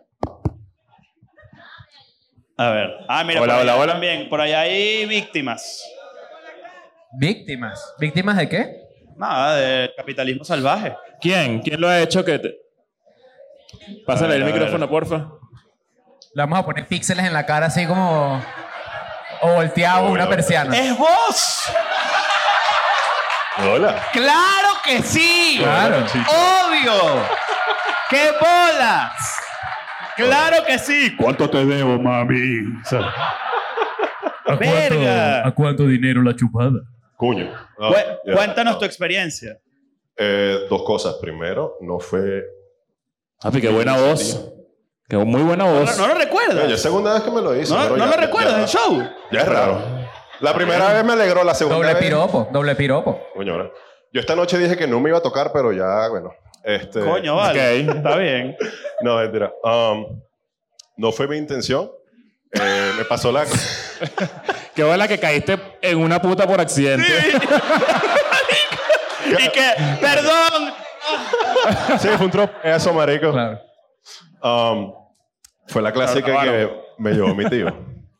B: A ver. Ah, mira,
A: Hola,
B: por
A: hola,
B: allá
A: hola.
B: También, por allá hay víctimas.
C: Víctimas. ¿Víctimas de qué?
B: Nada, del capitalismo salvaje.
A: ¿Quién? ¿Quién lo ha hecho que te... Pásale
B: A ver,
A: el
B: a ver.
A: micrófono, porfa.
C: Le vamos a poner píxeles en la cara así como... O volteado una persiana.
B: ¡Es vos!
D: Hola.
B: ¡Claro que sí!
C: Claro.
B: Oh, ¡Obvio! ¡Qué bolas! ¡Claro que sí!
D: ¿Cuánto te debo, mami? O sea,
E: ¿A
B: Verga.
E: ¿A cuánto dinero la chupada?
D: Coño. No,
B: Cué-
D: Ah, ya,
B: Cuéntanos
D: no.
B: tu experiencia.
D: Eh, dos cosas. Primero, no fue.
A: Papi, Ah, pues qué buena voz. Qué muy buena
B: No,
A: voz.
B: no lo recuerdas.
D: Coño, es segunda vez que me lo dice.
B: No,
D: pero
B: no
D: ya-
B: lo recuerdas,
D: ya-
B: el show.
D: Ya es raro. La primera vez me alegró, la segunda
C: Doble
D: vez.
C: piropo, doble piropo.
D: Coño, ahora. Yo esta noche dije que no me iba a tocar, pero ya, bueno. Este,
B: Coño, vale.
A: Ok.
B: Está bien.
D: No, mentira. Um, no fue mi intención. Eh, me pasó la.
A: Qué buena que caíste en una puta por accidente.
B: Y que, perdón.
D: sí, fue un tropezo, marico.
C: Claro.
D: Um, fue la clásica
A: Claro,
D: que me llevó mi tío.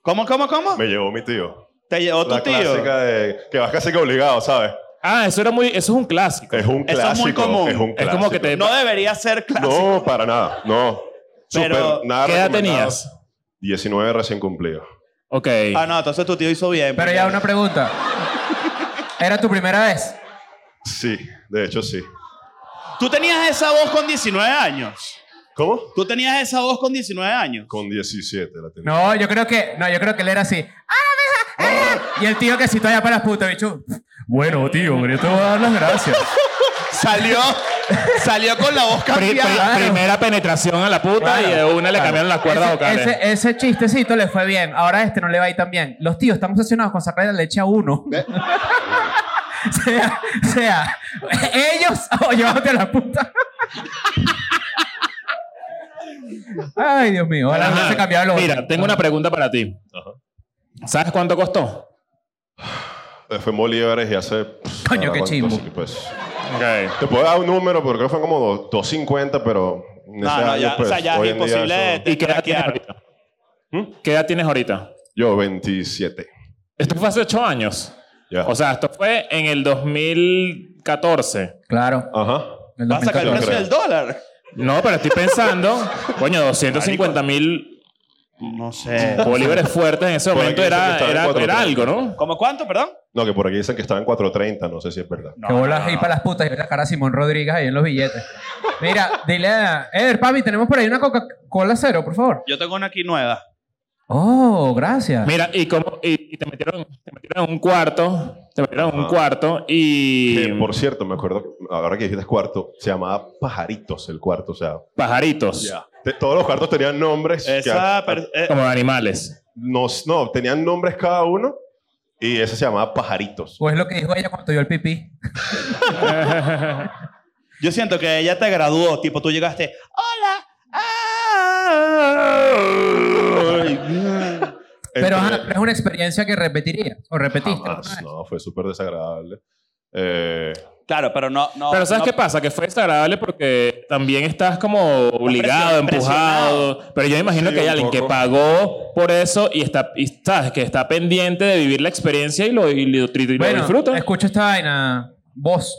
B: ¿Cómo, cómo, cómo?
D: Me llevó mi tío.
B: Te llevó tu
D: La
B: tío.
D: clásica de que vas casi que obligado, ¿sabes?
A: Ah, eso era muy, eso es un clásico.
D: Es un
B: Eso
D: clásico.
B: es muy común.
D: un
A: Es como que te.
B: No debería ser clásico.
D: No, para nada. No. Súper,
B: Pero,
D: nada
A: ¿Qué edad
D: recomendado.
A: tenías?
D: 19 recién cumplido.
A: Ok.
B: Ah, no, entonces tu tío hizo bien.
C: Pero ya una pregunta. ¿Era tu primera vez?
D: Sí, de hecho sí.
B: Tú tenías esa voz con 19 años.
D: ¿Cómo?
B: Tú tenías esa voz con 19 años.
D: Con 17 la tenía.
C: No, yo creo que... No, yo creo que él era así. ¡Ah, mija! ¡Ah! Y el tío que sí todavía para las putas, bicho.
E: Bueno, tío, pero yo te voy a dar las gracias.
B: Salió, salió con la voz
A: Pri- pri-
B: cambiada.
A: Primera penetración a la puta
C: Claro,
A: y de una le
C: claro.
A: cambiaron las cuerdas
C: ese,
A: vocales.
C: Ese, ese chistecito le fue bien. Ahora este no le va a ir tan bien. Los tíos están obsesionados con sacar la leche a uno. sea, sea, ellos o llévate a la puta. Ay, Dios mío. Ahora no
A: Ajá.
C: se cambiaron los
A: Mira, tengo una pregunta para ti.
D: Ajá.
A: ¿Sabes cuánto costó?
D: Eh, Fue en Bolívares y hace. pff,
C: Coño,
D: ahora
C: qué
D: cuánto,
C: chimbo.
D: sí, pues.
A: Ok.
D: Te puedo dar un número, pero creo que fue como dos- 250, pero. en
B: No,
D: ese
B: no,
D: año,
B: ya,
D: pues,
B: o sea, ya
D: hoy
B: es
D: en día
B: imposible.
D: eso-
A: ¿Y qué edad tienes
B: craquear.
A: ahorita?
B: ¿Mm?
A: ¿Qué edad tienes ahorita?
D: Yo, 27.
A: Esto fue hace ocho años.
D: Ya.
A: O sea, esto fue en el 2014.
C: Claro.
D: Ajá.
C: en el
B: Vas a sacar el
C: 2014.
B: precio
D: creo.
B: del dólar.
A: No, pero estoy pensando, coño, 250 mil
B: No sé.
A: bolívares fuertes en ese
D: Por
A: momento
D: aquí dice que
A: era,
D: está en
A: era,
D: cuatro
A: era
D: treinta.
A: algo, ¿no?
B: ¿Cómo cuánto, perdón?
D: No, que por aquí dicen que estaba en 4.30, no sé si es verdad.
B: No,
C: que bolas
B: no,
C: ahí
B: no.
C: para las putas y ve la cara de Simón Rodríguez ahí en los billetes. Mira, dile a... Eh, papi, tenemos por ahí una Coca-Cola cero, por favor.
B: Yo tengo una aquí nueva.
C: Oh, gracias.
A: Mira, y, como, y, y te, metieron, te metieron en un cuarto, te metieron en un
D: Ah.
A: cuarto y...
D: Que, por cierto, me acuerdo, ahora que dijiste cuarto, se llamaba Pajaritos el cuarto, o sea.
A: pajaritos,
D: te- todos los cuartos tenían nombres. que
B: Esa.
D: a-
B: per- eh,
A: como animales.
D: no, no, tenían nombres cada uno y ese se llamaba Pajaritos.
C: O es lo que dijo ella cuando yo el pipí.
B: yo siento que ella te graduó, tipo, tú llegaste. ¡Hola! ah".
C: Pero
D: Entre-
C: ajá, pero es una experiencia que repetiría. O repetiste.
D: Jamás, no, fue súper desagradable. Eh,
B: Claro, pero no.
D: Ah,
B: no
A: Pero ¿sabes
B: no-
A: qué pasa? Que fue desagradable porque también estás como obligado,
B: Presión-
A: empujado. Pero yo me imagino
D: Sí,
A: que hay
D: un
A: alguien que
D: poco.
A: pagó por eso y está, y está- que está pendiente de vivir la experiencia y lo, y lo- y lo
C: Bueno,
A: disfruta.
C: escucha esta vaina. Vos.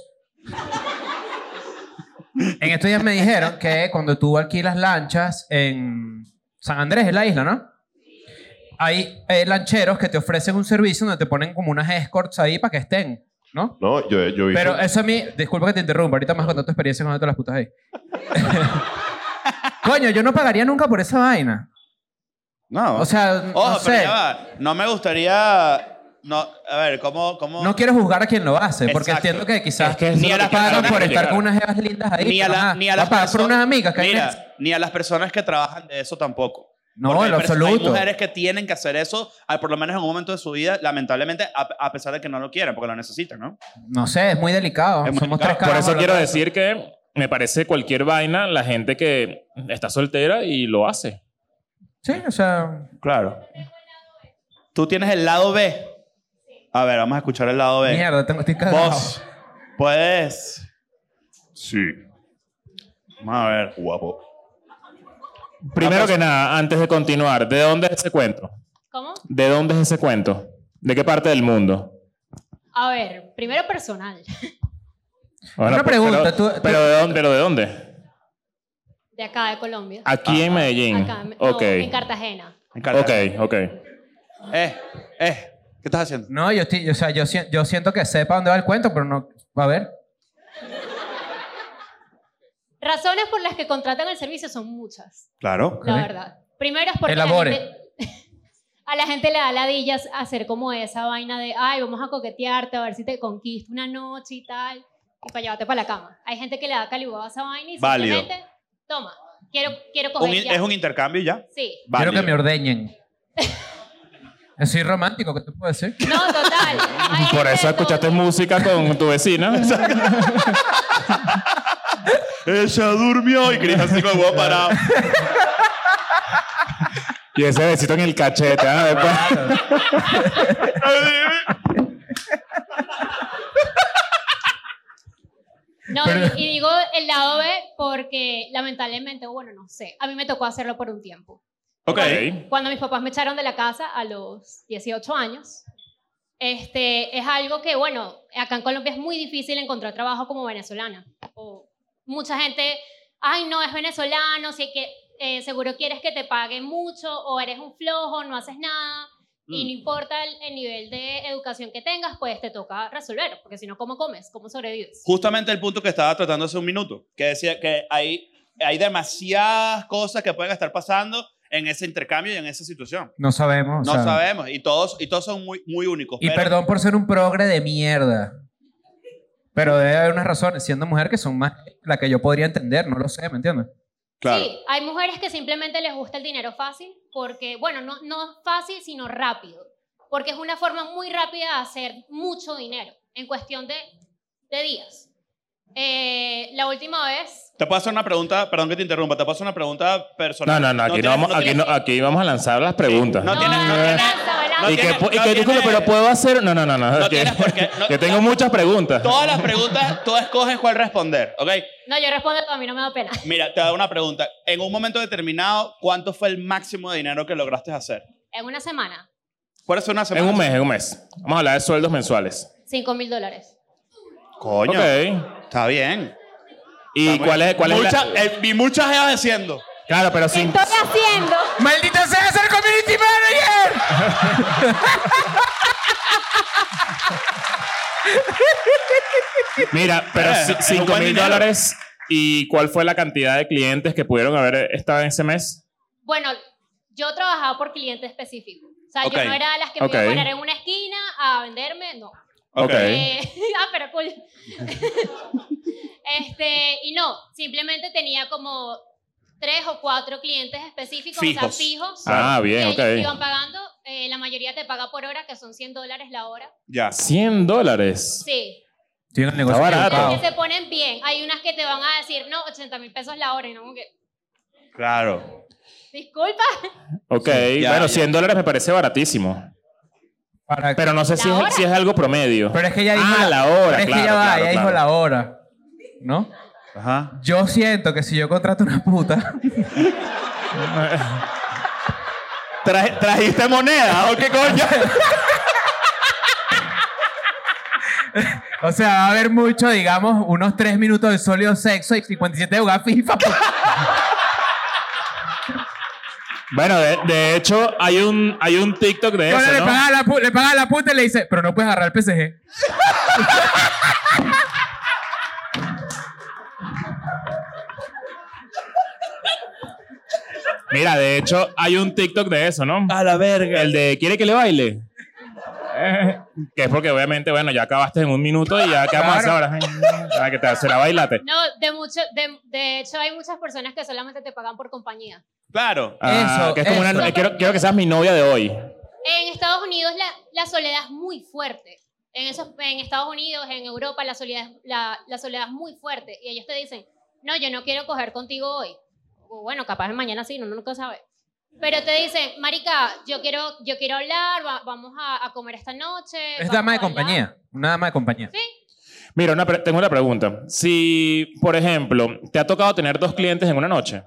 C: en estos días me dijeron que cuando tú alquilas lanchas en San Andrés, es la isla, ¿no? Hay eh, lancheros que te ofrecen un servicio donde te ponen como unas escorts ahí para que estén, ¿no?
D: no, yo, yo hice-
C: Pero eso a mí, disculpa que te interrumpa, ahorita más contando tu experiencia con todas las putas ahí. Coño, yo no pagaría nunca por esa vaina.
B: No.
C: O sea,
B: Ojo,
C: no
B: pero
C: sé.
B: ya va. No me gustaría. No, a ver, ¿cómo.? cómo
C: No quiero juzgar a quien lo hace, porque
B: Exacto.
C: entiendo que quizás
A: Es que eso
B: Ni a
A: es lo
B: las
A: que
C: pagan
A: quiero
C: por estar
A: explicar.
C: con unas jevas lindas ahí.
B: ni a,
C: pero
B: la-
C: ajá,
B: ni a
C: va
B: las
C: a pagar por
B: perso-
C: unas amigas que hay en el-
B: Mira, ni a las personas que trabajan de eso tampoco.
C: No,
B: Porque hay
C: en lo
B: perso- Hay
C: absoluto.
B: mujeres que tienen que hacer eso, al- por lo menos en un momento de su vida, lamentablemente, a, a pesar de que no lo quieran, porque lo necesitan, ¿no?
C: No sé, es muy delicado.
B: Es muy
C: Somos
B: delicado.
C: tres
A: Por
C: carajos
A: eso quiero
C: hablando.
A: decir que me parece cualquier vaina la gente que está soltera y lo hace.
C: Sí, o sea.
B: Claro. Tú tienes el lado B. A ver, vamos a escuchar el lado B.
C: Mierda, tengo estoy cagado.
B: Vos, puedes.
D: Sí,
B: Vamos a ver.
D: guapo.
A: Primero que nada, antes de continuar, ¿de dónde es ese cuento?
F: ¿Cómo?
A: ¿De dónde es ese cuento? ¿De qué parte del mundo?
F: A ver, primero personal,
A: Bueno, pues,
C: Una pregunta,
A: pero-
C: tú- tú-
A: pero ¿de dónde? ¿Pero de dónde?
F: de acá de Colombia.
A: Aquí en Medellín.
F: Acá, no,
A: ok.
F: en Cartagena.
B: En
A: Ok,
B: Cartagena.
A: ok.
B: Eh, eh, ¿qué estás haciendo?
C: No, yo, estoy, o sea, yo, si- yo siento que sepa dónde va el cuento, pero no. A ver.
F: Razones por las que contratan el servicio son muchas,
B: Claro.
F: la
C: Ok.
F: verdad. Primero es porque la
C: Elabore.
F: gente- a la gente le da ladillas hacer como esa vaina de, ay, vamos a coquetearte, a ver si te conquisto una noche y tal, y para llevarte para la cama. Hay gente que le da calibado a esa vaina y
B: Válido.
F: simplemente, toma, quiero, quiero
B: Un
F: coger
B: in-
F: ya.
B: es un intercambio y ya.
F: Sí.
B: Válido.
C: Quiero que me ordeñen. Soy romántico, ¿qué te puedo decir?
F: No, total. Hay
A: Por
F: gente
A: eso
F: de todo.
A: escuchaste música con tu vecina.
B: Ella Eh, durmió y Cris así con el huevo parado.
A: y ese besito en el cachete. ¿ah? Después-
F: No,
C: Pero-
F: y, y digo el lado B porque lamentablemente, bueno, no sé, a mí me tocó hacerlo por un tiempo.
B: ok.
F: Cuando mis papás me echaron de la casa a los 18 años, este, es algo que, bueno, acá en Colombia es muy difícil encontrar trabajo como venezolana. O mucha gente, ay, no, es venezolano, si que, eh, seguro quieres que te paguen mucho o eres un flojo, no haces nada. Y no importa el, el nivel de educación que tengas, pues te toca resolver, porque si no, ¿cómo comes? ¿Cómo sobrevives?
B: justamente el punto que estaba tratando hace un minuto, que decía que hay, hay demasiadas cosas que pueden estar pasando en ese intercambio y en esa situación.
C: No sabemos. o
B: No
C: sea.
B: sabemos, y todos, y todos son muy, muy únicos.
C: Y
B: pero-
C: perdón por ser un progre de mierda. Pero debe haber unas razones, siendo mujer, que son más la que yo podría entender, no lo sé, ¿me entiendes?
B: Claro.
F: Sí, hay mujeres que simplemente les gusta el dinero fácil porque, bueno, no, no fácil, sino rápido. Porque es una forma muy rápida de hacer mucho dinero en cuestión de, de días. Eh, la última vez,
B: Te puedo hacer una pregunta, perdón que te interrumpa, te puedo hacer una pregunta
A: No,
B: personal.
A: no, no. Aquí, no
B: tienes-
A: vamos, aquí,
B: tienes-
A: no, aquí vamos a lanzar las preguntas.
B: No tienes- no tienes-
F: balanza, balanza.
B: no
A: y que,
B: Ah, tienes-
A: pu- y
B: no
A: que tú,
B: tienes-
A: pero puedo hacer. No, no, no. no,
B: No
A: que,
B: tienes por qué, no-
A: que tengo
B: no-
A: muchas preguntas.
B: Todas las preguntas, tú escoges cuál responder, ¿ok?
F: No, yo respondo, a mí no me da pena.
B: Mira, te hago una pregunta. En un momento determinado, ¿cuánto fue el máximo de dinero que lograste hacer?
F: En una semana,
B: ¿Cuál es una semana?
A: En un mes, en un mes. Vamos a hablar de sueldos mensuales.
F: 5 mil dólares.
B: Coño,
A: Ok.
B: está bien.
A: ¿Y cuál es, cuál es la-
B: Mucha, eh, vi muchas jevas diciendo.
A: Claro, pero
F: ¿Qué
A: sin...
F: estoy haciendo?
C: ¡Maldita sea ser community manager!
A: Mira, pero
B: Eh,
A: si-
B: es un
A: cinco
B: buen
A: mil
B: dinero.
A: dólares. ¿Y cuál fue la cantidad de clientes que pudieron haber estado en ese mes?
F: Bueno, yo trabajaba por cliente específico. O sea,
B: Ok.
F: yo no era de las que me iba a
A: Ok.
F: poner en una esquina a venderme, no.
A: Ok.
F: Eh, ah, pero cool. este, y no, simplemente tenía como tres o cuatro clientes específicos, o
B: Fijos.
F: sea, fijos.
A: Ah,
F: que
A: bien,
F: ellos te iban
A: ok.
F: pagando. Eh, la mayoría te paga por hora, que son 100 dólares la hora.
B: Ya.
A: 100 dólares.
F: Sí.
C: Estoy en el negocio
A: Está barato.
F: Pero
C: equivocado.
F: es que se ponen bien. Hay unas que te van a decir, no, 80 mil pesos la hora. Y no, como que,
B: Claro.
F: disculpa.
A: Ok,
B: Sí, ya,
A: bueno,
B: ya.
A: 100 dólares me parece baratísimo.
C: Para-
A: Pero no sé si
F: ¿La hora?
A: es, si es algo promedio.
C: Pero es que ella dijo
A: Ah, la
C: pero
A: hora,
C: es
A: claro,
C: que ya va,
A: claro,
C: ella
A: claro.
C: dijo la hora. ¿No?
B: Ajá.
C: Yo siento que si yo contrato una puta,
B: Tra- ¿Trajiste moneda o qué coño?
C: o sea, va a haber mucho, digamos, unos 3 minutos de sólido sexo y 57 de jugar FIFA. pues.
A: Bueno, de, de hecho, hay un, hay un TikTok de
C: Ahora
A: eso,
C: le,
A: ¿no?
C: paga a la pu- le paga a la puta y le dice, pero no puedes agarrar el PSG.
A: Mira, de hecho, hay un TikTok de eso, ¿no?
B: A la verga.
A: El de ¿Quiere que le baile? Eh, que es porque obviamente, bueno, ya acabaste en un minuto y ya acabamos a hacer ahora. Para que te será bailate.
F: No, de, mucho, de, de hecho hay muchas personas que solamente te pagan por compañía.
B: Claro.
A: Ah,
C: Eso,
A: que es como
C: eso.
A: una- eh, quiero, quiero que seas mi novia de hoy.
F: En Estados Unidos la, la soledad es muy fuerte. En, esos, en Estados Unidos, en Europa, la soledad, la, la soledad es muy fuerte. Y ellos te dicen, no, yo no quiero coger contigo hoy. O bueno, capaz mañana sí, uno nunca sabe. Pero te dicen, marica, yo quiero, yo quiero hablar, va- vamos a, a comer esta noche.
C: Es
F: vamos
C: dama de
F: a bailar".
C: compañía. Una dama de compañía.
A: Mira, una pre- tengo una pregunta. Si, por ejemplo, te ha tocado tener dos clientes en una noche.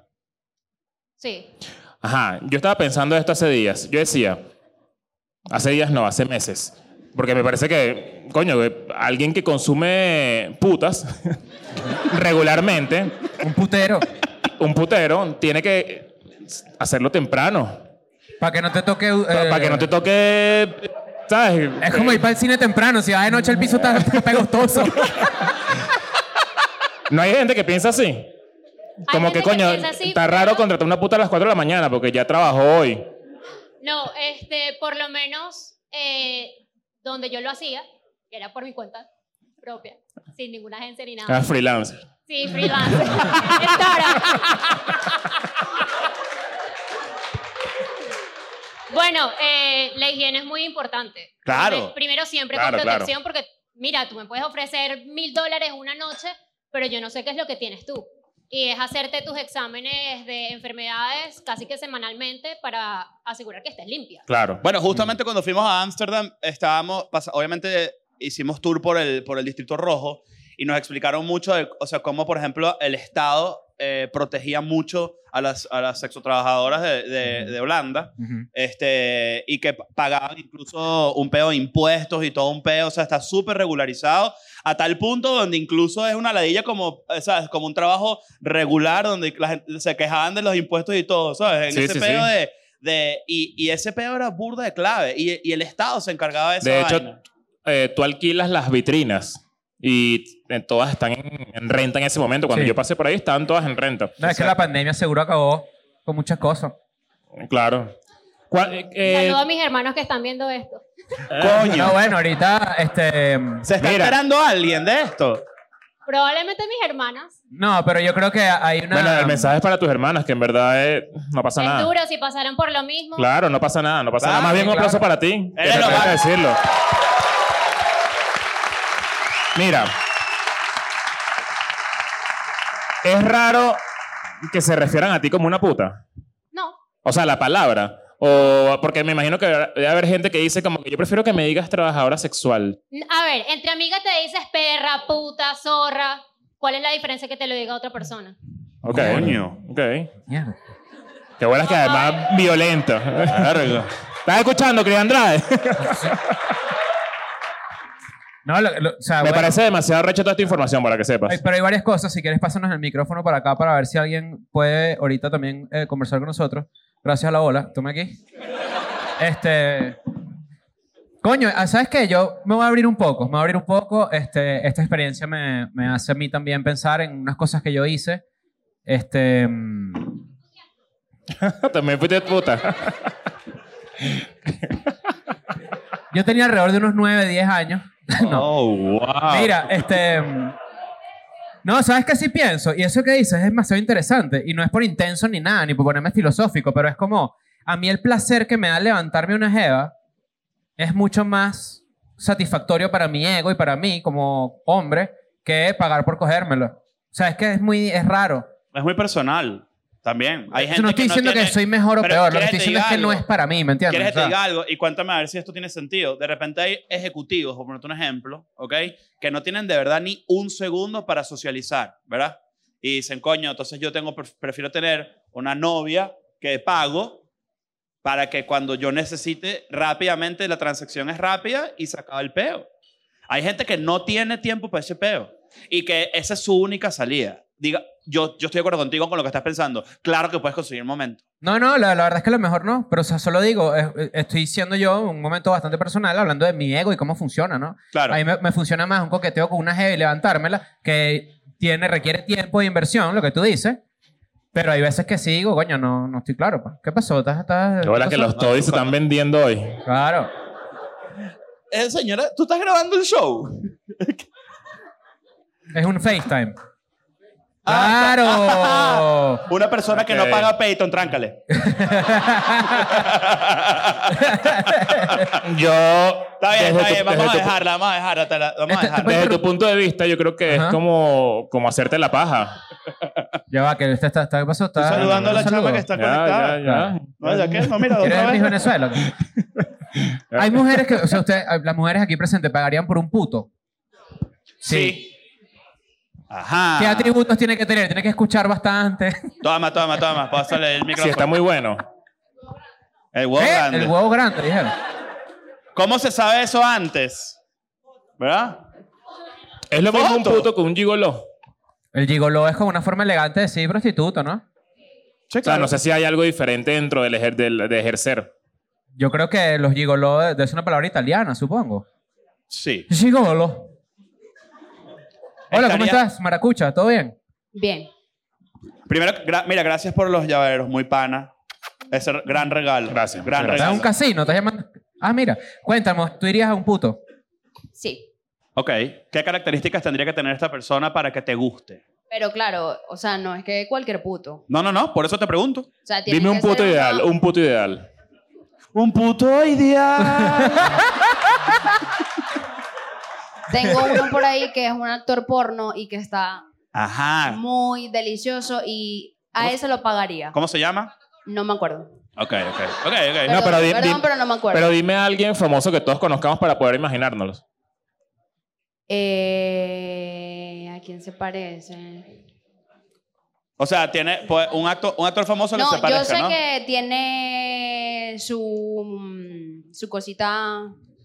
F: Sí.
A: Ajá, yo estaba pensando esto hace días. Yo decía, hace días no, hace meses. Porque me parece que, coño, que alguien que consume putas regularmente,
C: Un putero.
A: un putero, tiene que hacerlo temprano.
C: Para que no te toque.
A: Pa-
C: eh,
A: para que no te toque, ¿sabes?
C: Es como ir para el cine temprano. Si vas de noche, el piso está está pegostoso.
A: No hay gente que piensa así. Como
F: gente
A: que,
F: que
A: coño,
F: piensa así,
A: está
F: pero-
A: raro contratar una puta a las 4 de la mañana porque ya trabajó hoy.
F: No, este, por lo menos eh, donde yo lo hacía, que era por mi cuenta propia, sin ninguna agencia ni nada.
A: Ah, freelance.
F: Sí, freelance. Estora. bueno, eh, la higiene es muy importante.
B: Claro.
F: Entonces, primero siempre
A: Claro,
F: con
A: claro.
F: protección, porque mira, tú me puedes ofrecer mil dólares una noche, pero yo no sé qué es lo que tienes tú. Y es hacerte tus exámenes de enfermedades casi que semanalmente para asegurar que estés limpia.
A: Claro.
B: Bueno, justamente cuando fuimos a Ámsterdam, estábamos, pas- obviamente hicimos tour por el, por el Distrito Rojo y nos explicaron mucho, de, o sea, cómo, por ejemplo, el Estado eh, protegía mucho a las, a las sexotrabajadoras de, de, de Holanda este, y que p- pagaban incluso un peo de impuestos y todo un peo, o sea, está súper regularizado a tal punto donde incluso es una ladilla como, eh, ¿sabes? Como un trabajo regular donde la gente se quejaban de los impuestos y todo, ¿sabes? En
A: Sí,
B: ese
A: sí,
B: peo
A: sí.
B: de... de- y, y ese peo era burda de clave y, y el Estado se encargaba de eso.
A: De hecho, eh, tú alquilas las vitrinas y eh, todas están en, en renta en ese momento. Cuando
C: Sí.
A: yo pasé por ahí, estaban todas en renta.
C: No, es que la pandemia seguro acabó con muchas cosas.
A: Claro. ¿Cuál- eh, eh,
F: Saludo a mis hermanos que están viendo esto.
C: No,
B: coño,
C: bueno, ahorita, este...
B: se está
A: mira.
B: esperando alguien de esto.
F: Probablemente mis hermanas.
C: No, pero yo creo que hay una...
A: Bueno, el mensaje es para tus hermanas, que en verdad eh, no pasa
F: Es
A: nada.
F: duro si pasaron por lo mismo.
A: Claro, no pasa nada, no pasa
B: Claro,
A: nada. Más bien un
C: claro.
A: aplauso para ti. Que
B: Eres
A: te
B: lo
A: tengo que
B: más.
A: decirlo. Mira. Es raro que se refieran a ti como una puta.
F: No.
A: O sea, la palabra. O porque me imagino que debe haber gente que dice como que yo prefiero que me digas trabajadora sexual.
F: A ver, entre amigas te dices perra, puta, zorra. ¿Cuál es la diferencia que te lo diga otra persona?
A: Ok.
B: Coño.
A: Ok.
C: Mierda.
A: Qué buenas que además violento. ¿Estás escuchando, Cris Andrade?
C: No, lo- lo- o
B: Ah,
C: sea,
A: Me
C: bueno,
A: parece demasiado recha toda esta información para que
C: hay-
A: sepas.
C: pero hay varias cosas. Si quieres, pásanos el micrófono para acá para ver si alguien puede ahorita también eh, conversar con nosotros. Gracias a la ola. Toma aquí. Este. Coño, ah, ¿sabes qué? Yo me voy a abrir un poco. Me voy a abrir un poco. Este, esta experiencia me, me hace a mí también pensar en unas cosas que yo hice. Este. mm,
A: También fuiste puta.
C: Yo tenía alrededor de unos 9, 10 años. no.
B: Oh, wow.
C: Mira, este. mm, No, ¿sabes qué sí pienso? Y eso que dices es demasiado interesante. Y no es por intenso ni nada, ni por ponerme filosófico, pero es como. A mí el placer que me da levantarme una jeva es mucho más satisfactorio para mi ego y para mí como hombre que pagar por cogérmelo. O sea, es que es muy. Es raro.
B: Es muy personal. También. Hay
C: Yo
B: gente
C: no estoy diciendo
B: tiene-
C: que soy mejor o
B: Pero
C: peor. Lo
B: ¿quieres
C: que estoy
B: te
C: diciendo es
B: diga
C: que no
B: algo?
C: es para mí, ¿me entiendes?
B: ¿Quieres que te
C: O sea,
B: diga algo? Y cuéntame a ver si esto tiene sentido. De repente hay ejecutivos, por ponerte un ejemplo, ¿ok? Que no tienen de verdad ni un segundo para socializar, ¿verdad? Y dicen, coño, entonces yo tengo, pref- prefiero tener una novia que pago para que cuando yo necesite rápidamente, la transacción es rápida y se acaba el peo. Hay gente que no tiene tiempo para ese peo y que esa es su única salida. Diga, yo, yo estoy de acuerdo contigo con lo que estás pensando. Claro que puedes conseguir un momento.
C: No, no, la, la verdad es que a lo mejor no, pero o sea, solo digo, es- eh, estoy siendo yo un momento bastante personal hablando de mi ego y cómo funciona, ¿no?
B: Claro.
C: A mí me, me funciona más un coqueteo con una jeva y levantármela, que tiene, requiere tiempo e inversión, lo que tú dices, pero hay veces que sí digo, coño, no, no estoy claro, pa. ¿qué pasó? ¿Estás, estás,
A: Qué bola
C: qué
A: que
C: pasó?
A: los toys se están vendiendo hoy.
C: Claro.
B: Eh, señora, ¿tú estás grabando el show?
C: Es un FaceTime.
B: Ah,
C: ¡Claro!
B: Una persona que no
A: Ok.
B: paga Payton, tráncale.
A: Yo.
B: Está bien, está bien, vamos a
A: desde tu-
B: dejarla, vamos a dejarla, te la- vamos a
C: Este-
B: dejarla.
C: Pues,
A: Desde
C: pero-
A: tu punto de vista, yo creo que
C: Ajá.
A: es como, como hacerte la paja.
C: ya va, que está, está, está- ¿qué pasó? Está,
B: Estoy saludando a la
C: un saludo.
B: chama que está
A: Ya,
B: conectada.
A: ya, ya.
B: No, ya que, no, mira,
C: ¿Quieres
B: otra
C: ver Miss
B: vez.
C: Venezuela? Hay mujeres que, o sea, usted, las mujeres aquí presentes pagarían por un puto.
B: Sí. Ajá.
C: ¿Qué atributos tiene que tener? Tiene que escuchar bastante.
B: Toma, toma, toma. Pásale el
A: Si está
B: micrófono.
A: muy bueno.
B: El huevo
C: ¿Eh?
B: grande.
C: El huevo grande, dijeron.
B: ¿Cómo se sabe eso antes? ¿Verdad?
A: Es lo mismo un
B: Foto.
A: puto que un gigolo.
C: El gigoló es como una forma elegante de decir prostituto, ¿no?
A: O sea, no sé si hay algo diferente dentro del ejer- del- de ejercer.
C: Yo creo que los gigoló es una palabra italiana, supongo.
B: Sí.
C: Gigolo. Hola, ¿cómo
B: Estaría-
C: estás? Maracucha, ¿todo bien?
F: Bien.
B: Primero, gra- mira, gracias por los llaveros, muy pana. Ese re- gran regalo.
A: Gracias,
B: Gran
A: muchas
C: ¿Estás en
B: regalo.
C: un casino? ¿Estás llamando? Ah, mira. Cuéntanos, ¿tú irías a un puto?
G: Sí,
B: Ok. ¿Qué características tendría que tener esta persona para que te guste?
G: pero claro, o sea, no es que cualquier puto.
B: No, no, no, por eso te pregunto.
G: O sea, tiene
A: Dime un
G: que
A: puto
G: ser una-
A: ideal, un puto ideal.
B: Un puto ideal.
G: Tengo uno por ahí que es un actor porno y que está
A: Ah.
B: Ajá.
G: muy delicioso y a ese lo pagaría.
B: ¿Cómo se llama?
G: No me acuerdo.
B: Ok, ok. Ok, ok.
G: Perdón,
A: pero di-
G: perdón,
A: di-
G: pero no me acuerdo.
A: Pero dime a alguien famoso que todos conozcamos para poder imaginárnoslo.
G: Eh, ¿A quién se parece?
B: O sea, tiene pues, un, acto, un actor famoso que
G: no,
B: se
G: yo
B: parezca,
G: sé
B: ¿no?
G: que tiene su, mm, su cosita.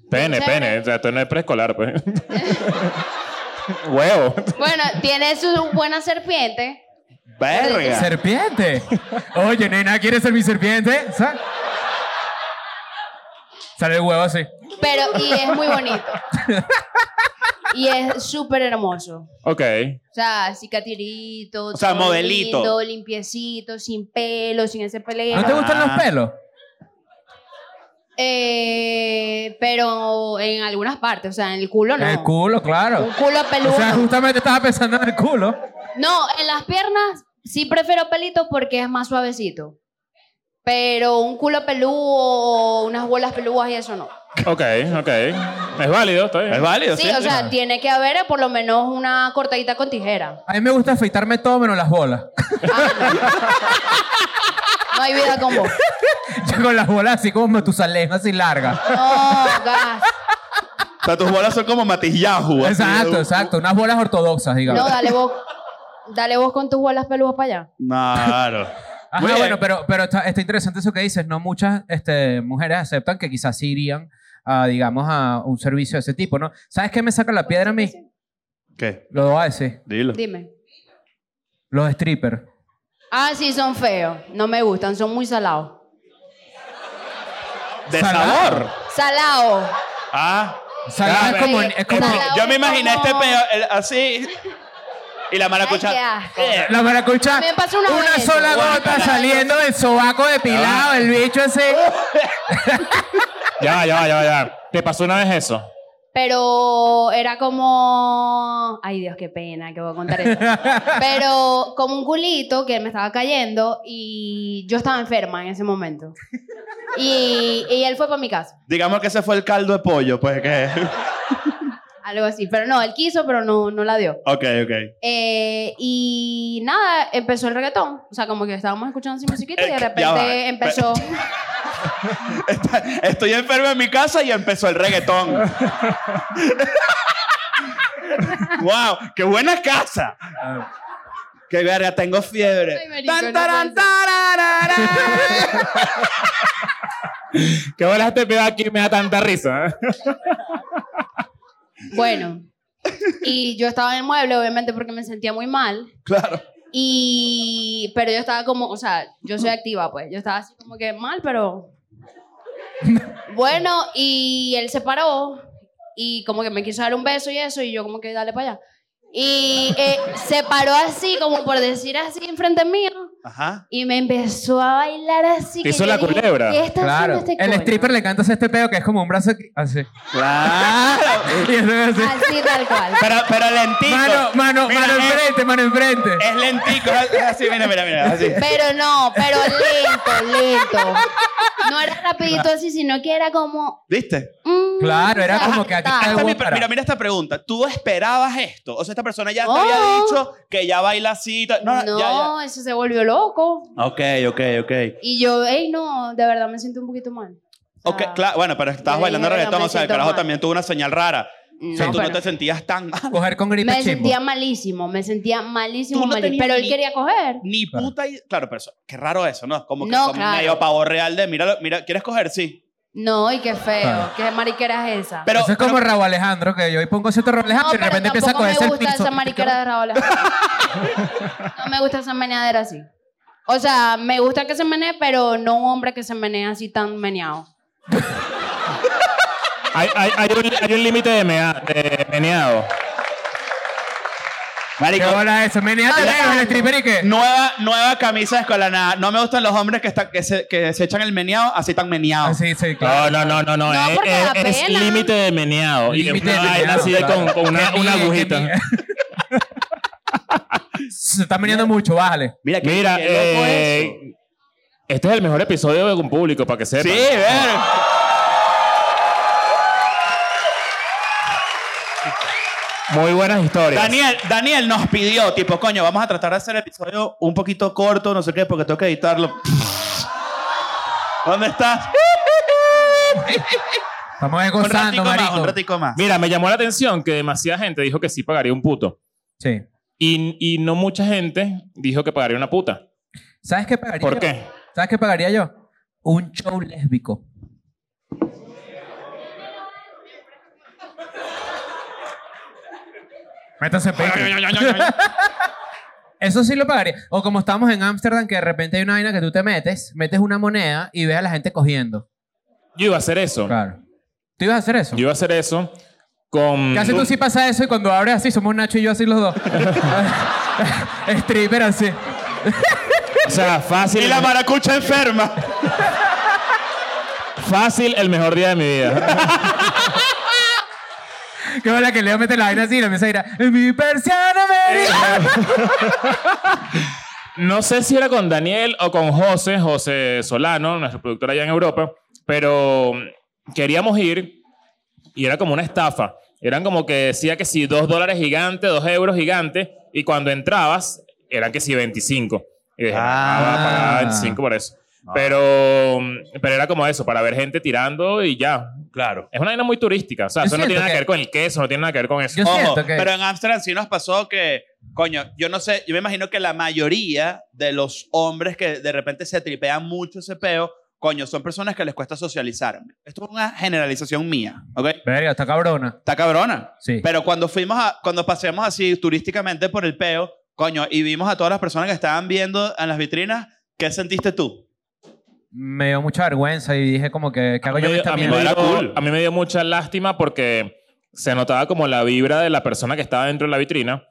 A: Pene,
G: Chévere.
A: pene. O sea, esto no es preescolar, pues. Huevo.
G: Bueno, tiene su buena serpiente.
B: Verga.
C: ¿Serpiente? Oye, nena, ¿quieres ser mi serpiente? Sa- Sale el huevo así.
G: Pero, y es muy bonito. Y es súper hermoso.
A: Ok.
G: O sea, cicatirito.
B: O sea,
G: todo
B: modelito.
G: lindo, limpiecito, sin pelo, sin ese peleo.
C: ¿No te gustan
B: Ah.
C: los pelos?
G: Eh, pero en algunas partes, o sea, en el culo no.
C: El culo, claro.
G: Un culo peludo.
C: O sea, justamente estaba pensando en el culo.
G: No, en las piernas sí prefiero pelitos porque es más suavecito. Pero un culo peludo o unas bolas peludas y eso no.
A: Ok, ok. Es válido, está bien.
B: Es válido, sí.
G: Sí, o
C: Ah.
G: sea, tiene que haber eh, por lo menos una cortadita con tijera.
C: A
G: Ah,
C: mí me gusta afeitarme todo menos las bolas.
G: No hay vida con vos.
C: Yo con las bolas así como Matusalén, así largas.
G: No, gas.
B: O sea, tus bolas son como matillajo. así.
C: Exacto, exacto. Unas bolas ortodoxas, digamos.
G: No, dale vos. Dale vos con tus bolas peludas para allá.
B: Claro.
C: Ajá,
B: Muy bien.
C: bueno, pero, pero está, está interesante eso que dices. No muchas este, mujeres aceptan que quizás sí irían a, digamos, a un servicio de ese tipo, ¿no? ¿Sabes qué me saca la piedra a mí?
B: ¿Qué?
C: Lo voy a decir.
B: Dilo.
G: Dime.
C: Los strippers.
G: Ah, sí, son feos. No me gustan, son muy salados.
B: De
C: Salado.
B: sabor.
G: Salados.
B: Ah.
C: Salados
B: Ya,
C: es como,
G: ve.
C: es como
G: Salado.
B: Yo me imaginé
G: Como-
B: este peo el- así. Y la maracucha.
G: Ay, qué asco.
B: Eh,
C: la maracucha.
G: Me pasó una vez eso.
C: sola gota saliendo del sobaco depilado, el bicho ese.
A: Ya, va, ya, va, ya, va, ya. va. ¿Te pasó una vez eso?
G: Pero era como. Ay, Dios, qué pena que voy a contar esto. Pero como un culito que me estaba cayendo y yo estaba enferma en ese momento. Y, y él fue para mi casa,
B: Digamos que ese fue el caldo de pollo, pues que.
G: algo así. Pero no, él quiso, pero no, no la dio.
B: Ok, ok.
G: Eh, y nada, empezó el reggaetón. O sea, como que estábamos escuchando así musiquita y
B: Eh, ya
G: de
B: va,
G: repente empezó.
B: Está- Estoy enfermo en mi casa y empezó el reggaetón. ¡Wow! ¡Qué buena casa! ¡Qué verga! Tengo fiebre.
G: Ay, marico,
B: Tan,
G: no
B: taran,
G: puede
B: tararara.
A: ¿Qué bolas te pedo aquí me da tanta risa? ¿eh?
G: Bueno, y yo estaba en el mueble, obviamente, porque me sentía muy mal.
B: Claro.
G: Y, pero yo estaba como, o sea, yo soy activa, pues. Yo estaba así como que mal, pero. Bueno, y él se paró y como que me quiso dar un beso y eso, y yo como que dale para allá. Y eh, se paró así, como por decir así, enfrente mío,
B: Ajá.
G: y me empezó a bailar así.
A: Te hizo
G: yo
A: la
G: dije,
A: culebra.
G: ¿Qué está
C: Claro.
G: haciendo este
C: el
G: coño?
C: stripper le cantas este peo que es como un brazo aquí- así.
B: Claro.
C: Y eso es así.
G: Así Ah, tal cual.
B: Pero, pero lentito.
C: Mano, mano,
B: Mira,
C: mano
B: es-
C: enfrente, mano enfrente.
B: Es lentico. Es así, mira, mira, mira. Así.
G: Pero no, pero lento, lento. No era rapidito así, sino que era como...
B: ¿Viste?
G: mm,
C: Claro, era
G: ya
C: como que aquí está
B: Esta
G: está.
B: es mi
C: voy
B: pre-
C: para-
B: mira, mira esta pregunta. ¿Tú esperabas esto? O sea, esta persona ya
G: No.
B: te había dicho que ya baila así. ta- No,
G: No,
B: no, ya, ya.
G: eso se volvió loco.
B: Ok, ok, ok.
G: Y yo, hey, no, de verdad me siento un poquito mal. O
B: Ok,
G: sea,
B: claro. Bueno, pero estabas
G: yo
B: bailando
G: dije,
B: reggaetón.
G: "Verga, me
B: O sea, el
G: siento
B: carajo
G: mal".
B: también tuvo una señal rara.
G: no,
B: O sea, tú no
G: pero
B: te sentías tan... ah,
C: Coger con gripe
G: Me
C: chimbo.
G: sentía malísimo, me sentía malísimo,
B: Tú no
G: malísimo.
B: tenías
G: Pero él
B: ni-
G: quería coger.
B: Ni
C: Claro.
B: puta... idea. Claro, pero eso, qué raro eso, ¿no? Como que
G: No,
B: como
G: claro.
B: medio pavor real de... Mira, mira, ¿quieres coger? Sí.
G: No, y qué feo,
C: Claro.
G: qué mariquera es esa.
B: Pero,
C: Eso es
B: pero-
C: como Raúl Alejandro, que yo pongo cierto Raúl
G: no,
C: Alejandro y de
G: pero
C: repente empieza a
G: tampoco
C: cogerse
G: me
C: el
G: gusta
C: piso.
G: esa mariquera de Raúl. no me gusta esa meneadera así. O sea, me gusta que se menee, pero no un hombre que se menee así tan meneado.
A: Hay, hay, hay un, hay un límite de, mea- de meneado.
C: ¿Qué
B: Marico,
C: bola es eso? Meneate
G: Ay,
C: lejos el
G: no.
C: stripper y que...
B: nueva, nueva camisa escolanada. No me gustan los hombres que, están, que, se, que se echan el meneado así tan meneado.
C: Así, Ah, sí, claro.
A: No, no, no, no, no.
G: No,
A: es
G: porque da
A: es- es
G: pena.
A: límite de meneado. Y es
C: Límite
A: una
C: de
A: vaina
C: meneado,
A: así de
C: claro.
A: con, con una,
C: Que
A: una
C: mie- que mie-
A: agujita.
C: Se está meneando mucho, bájale.
B: Mira, qué,
A: Mira,
B: qué loco
A: eh,
B: eso.
A: este es el mejor episodio de Con Público, para que sepan.
B: Sí, ver.
A: Muy buenas historias.
B: Daniel, Daniel nos pidió, tipo, coño, vamos a tratar de hacer el episodio un poquito corto, no sé qué, porque tengo que editarlo. ¿Dónde estás?
C: Estamos ahí
B: un ratico
C: gozando,
B: más, un
C: marico.
B: ratico más.
A: Mira, me llamó la atención que demasiada gente dijo que sí pagaría un puto.
C: Sí.
A: Y, y no mucha gente dijo que pagaría una puta.
C: ¿Sabes qué pagaría
A: ¿Por
C: yo?
A: qué?
C: ¿Sabes qué pagaría yo? Un show lésbico. Métase Eso sí lo pagaría. O como estamos en Ámsterdam, que de repente hay una vaina que tú te metes, metes una moneda y ves a la gente cogiendo.
A: Yo iba a hacer eso.
C: Claro. ¿Tú ibas a hacer eso?
A: Yo iba a hacer eso con...
C: ¿Qué haces tú si pasa eso y cuando abres así somos Nacho y yo así los dos? Stripper así.
A: O sea, fácil,
B: Y la maracucha enferma.
A: fácil el mejor día de mi vida.
C: Qué bola que Leo mete la vaina así y le empieza a ir a, mi persiana
A: Eh.
C: me
A: No sé si era con Daniel o con José, José Solano, nuestro productor allá en Europa, pero mm, queríamos ir y era como una estafa. Eran como que decía que si dos dólares gigante, dos euros gigante, y cuando entrabas eran que si 25. Y dije, ah, voy a pagar 25 por eso. Pero, mm, pero era como eso, para ver gente tirando y ya.
B: Claro.
A: Es una vaina muy turística. O sea,
C: Yo
A: eso no tiene
C: siento
A: nada que
C: que-
A: ver con el queso, no tiene nada que ver con eso.
C: Yo
B: Ojo,
C: siento que-
B: pero en Ámsterdam sí nos pasó que, coño, yo no sé, yo me imagino que la mayoría de los hombres que de repente se tripean mucho ese peo, coño, son personas que les cuesta socializarme. Esto es una generalización mía, ¿ok?
C: Verga, está cabrona.
B: Está cabrona.
C: Sí.
B: Pero cuando fuimos a, cuando paseamos así turísticamente por el peo, coño, y vimos a todas las personas que estaban viendo en las vitrinas, ¿qué sentiste tú?
C: me dio mucha vergüenza y dije como que, ¿qué hago yo
A: me
C: en este
A: dio-
C: esta
A: a, mí me
C: mierda?
A: dio,
B: Era cool.
A: a mí me dio mucha lástima porque se notaba como la vibra de la persona que estaba dentro de la vitrina,